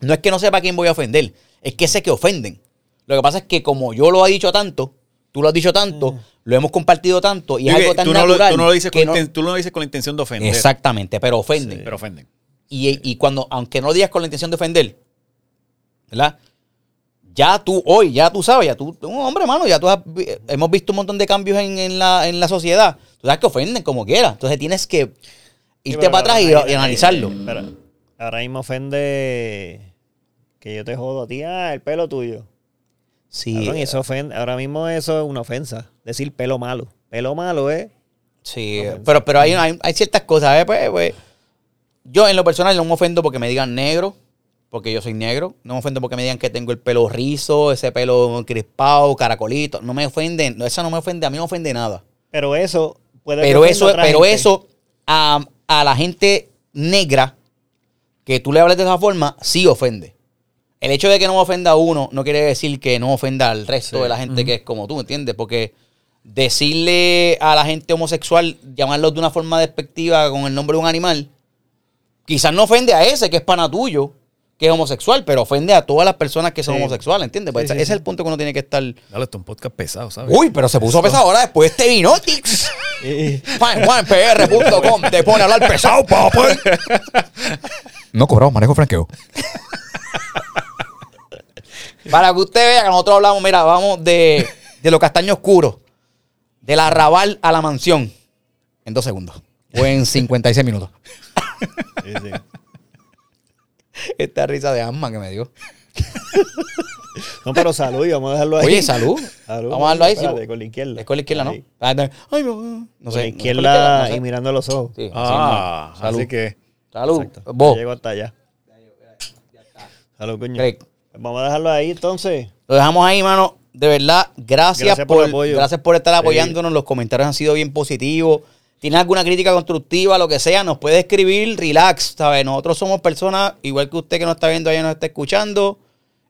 Speaker 1: No es que no sepa a quién voy a ofender, es que sé que ofenden. Lo que pasa es que como yo lo he dicho tanto, tú lo has dicho tanto, lo hemos compartido tanto y
Speaker 6: Digo
Speaker 1: es
Speaker 6: que
Speaker 1: algo tan
Speaker 6: tú, no
Speaker 1: natural.
Speaker 6: lo, tú no lo dices
Speaker 1: que
Speaker 6: con
Speaker 1: no-
Speaker 6: inten- tú no lo dices con la intención de ofender.
Speaker 1: Exactamente, pero ofenden.
Speaker 6: Pero ofenden.
Speaker 1: y, y cuando, aunque no lo digas con la intención de ofender, ¿verdad? Ya tú, hoy, ya tú sabes, ya tú, un hombre, hermano, ya tú has vi- hemos visto un montón de cambios en, en la, en la sociedad. Tú sabes que ofenden como quieras. Entonces tienes que
Speaker 2: Sí,
Speaker 1: irte
Speaker 2: pero
Speaker 1: para atrás y,
Speaker 2: ahora-
Speaker 1: y analizarlo.
Speaker 2: Espera, ahora mismo ofende que yo te jodo a ti. Ah, el pelo tuyo.
Speaker 1: Sí,
Speaker 2: Cabrón, eso ofende- ahora mismo eso es una ofensa. Decir pelo malo. Pelo malo eh, es.
Speaker 1: Sí, pero, pero hay, hay, hay ciertas cosas. ¿eh? Pues, pues, yo en lo personal no me ofendo porque me digan negro, porque yo soy negro. No me ofendo porque me digan que tengo el pelo rizo, ese pelo crispado, caracolito. No me ofenden, no, eso no me ofende, a mí no me ofende nada.
Speaker 2: Pero eso puede que
Speaker 1: Pero
Speaker 2: ofenda a
Speaker 1: eso,
Speaker 2: otra
Speaker 1: pero
Speaker 2: gente.
Speaker 1: eso a, a la gente negra que tú le hables de esa forma, sí ofende. El hecho de que no ofenda a uno no quiere decir que no ofenda al resto de la gente que es como tú, ¿entiendes? Porque decirle a la gente homosexual, llamarlos de una forma despectiva con el nombre de un animal, quizás no ofende a ese que es pana tuyo, que es homosexual, pero ofende a todas las personas que son
Speaker 2: Sí.
Speaker 1: homosexuales, ¿entiendes? Pues
Speaker 2: Sí,
Speaker 1: ese,
Speaker 2: sí,
Speaker 1: ese es el punto que uno tiene que estar...
Speaker 3: Dale, esto es un podcast pesado, ¿sabes?
Speaker 4: Uy, pero se puso
Speaker 1: Eso
Speaker 4: pesado.
Speaker 1: pesado ahora después de este [LAUGHS] Vinotics. JuanJuanPR.com te pone a hablar pesado, papá.
Speaker 4: No cobramos manejo franqueo.
Speaker 1: [LAUGHS] Para que usted vea que nosotros hablamos, mira, vamos de, de lo castaño oscuro, del arrabal a la mansión, en dos segundos. O [LAUGHS] en 56 minutos.
Speaker 2: Sí, sí.
Speaker 1: Esta risa de asma que me dio.
Speaker 2: No, pero salud, y vamos a dejarlo ahí.
Speaker 1: Oye, salud.
Speaker 2: Salud.
Speaker 1: Vamos a darlo ahí. sí. pues.
Speaker 2: Espérate, con la izquierda.
Speaker 1: Es con la izquierda, ¿no?
Speaker 2: Ahí.
Speaker 1: Ah, no. Ay, no. No
Speaker 2: Con
Speaker 1: sé.
Speaker 2: la
Speaker 1: no,
Speaker 2: izquierda
Speaker 1: no sé.
Speaker 2: y mirando a los ojos.
Speaker 1: Sí, así mismo.
Speaker 3: Ah, así,
Speaker 1: Salud.
Speaker 3: que.
Speaker 1: Salud.
Speaker 2: Exacto.
Speaker 1: Vos,
Speaker 2: Llego hasta allá. Salud, coño.
Speaker 1: Craig.
Speaker 2: Vamos a dejarlo ahí entonces.
Speaker 1: Lo dejamos ahí, mano. De verdad, gracias,
Speaker 2: Gracias por
Speaker 1: por,
Speaker 2: el apoyo.
Speaker 1: gracias por estar apoyándonos. Los comentarios han sido bien positivos. Tienes alguna crítica constructiva, lo que sea, nos puede escribir, relax, ¿sabes? Nosotros somos personas, igual que usted que nos está viendo allá, nos está escuchando.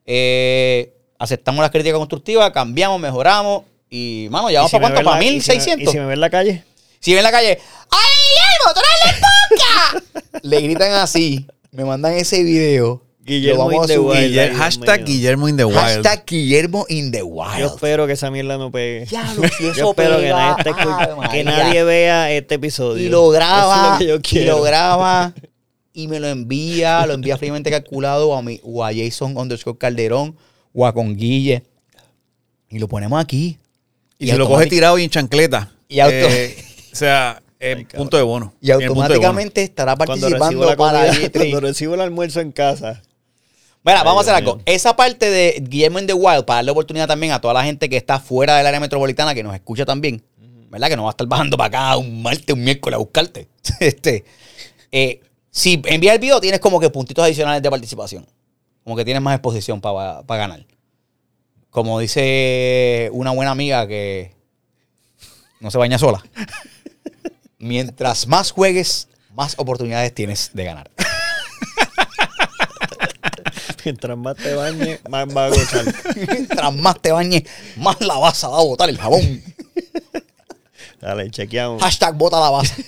Speaker 1: Eh, aceptamos las críticas constructivas, cambiamos, mejoramos. Y, mano, ya
Speaker 2: ¿Y
Speaker 1: vamos
Speaker 2: si
Speaker 1: para
Speaker 2: me
Speaker 1: cuánto, para
Speaker 2: ven la- y si me-
Speaker 1: 1600.
Speaker 2: ¿Y si me ven en la calle?
Speaker 1: Si ven en la calle, ¡ay, Guillermo, tráele
Speaker 2: [LAUGHS]
Speaker 1: poca! Le gritan así, me mandan ese video.
Speaker 2: Guillermo in the wild.
Speaker 1: subir.
Speaker 2: Guille-
Speaker 6: Guillermo- hashtag
Speaker 2: mío.
Speaker 6: Guillermo in the Wild.
Speaker 1: Hashtag Guillermo in the wild.
Speaker 2: Yo espero que esa mierda no pegue.
Speaker 1: Ya,
Speaker 2: [LAUGHS]
Speaker 1: lo si
Speaker 2: Yo
Speaker 1: eso
Speaker 2: espero que
Speaker 1: pega,
Speaker 2: nadie, esté escu-
Speaker 1: Ave María.
Speaker 2: que nadie vea este episodio.
Speaker 1: Y lo graba,
Speaker 2: Eso es lo que
Speaker 1: y
Speaker 2: yo
Speaker 1: lo
Speaker 2: quiero. [LAUGHS]
Speaker 1: graba, y me lo envía, lo envía fríamente calculado a mi, o a Jason underscore Calderón, o a con Guille. Y lo ponemos aquí.
Speaker 6: Y, si lo coge
Speaker 1: automátic-
Speaker 6: tirado y en chancleta.
Speaker 1: Y auto-
Speaker 6: eh, o sea, eh, punto de bono.
Speaker 1: Y
Speaker 6: Tiene punto de bono.
Speaker 1: automáticamente estará
Speaker 2: Cuando recibo
Speaker 1: participando
Speaker 2: la
Speaker 1: para
Speaker 2: comida,
Speaker 1: G3.
Speaker 2: [LAUGHS] cuando recibo el almuerzo en casa. [LAUGHS]
Speaker 1: Mira, vamos a hacer
Speaker 2: Dios
Speaker 1: algo.
Speaker 2: mío.
Speaker 1: Esa parte de Guillermo in the Wild, para darle oportunidad también a toda la gente que está fuera del área metropolitana, que nos escucha también, ¿verdad? Que no va a estar bajando para acá un martes, un miércoles a buscarte. [LAUGHS] este, eh, si envías el video, tienes como que puntitos adicionales de participación. Como que tienes más exposición para, para ganar. Como dice una buena amiga que no se baña
Speaker 2: [LAUGHS]
Speaker 1: sola. Mientras más juegues, más oportunidades tienes de ganar.
Speaker 2: Mientras
Speaker 1: [LAUGHS]
Speaker 2: más te bañes, más va a gozar.
Speaker 1: Mientras más te bañes, más la vas a dar a botar el jabón.
Speaker 2: Dale, chequeamos. Oh.
Speaker 1: Hashtag bota la base.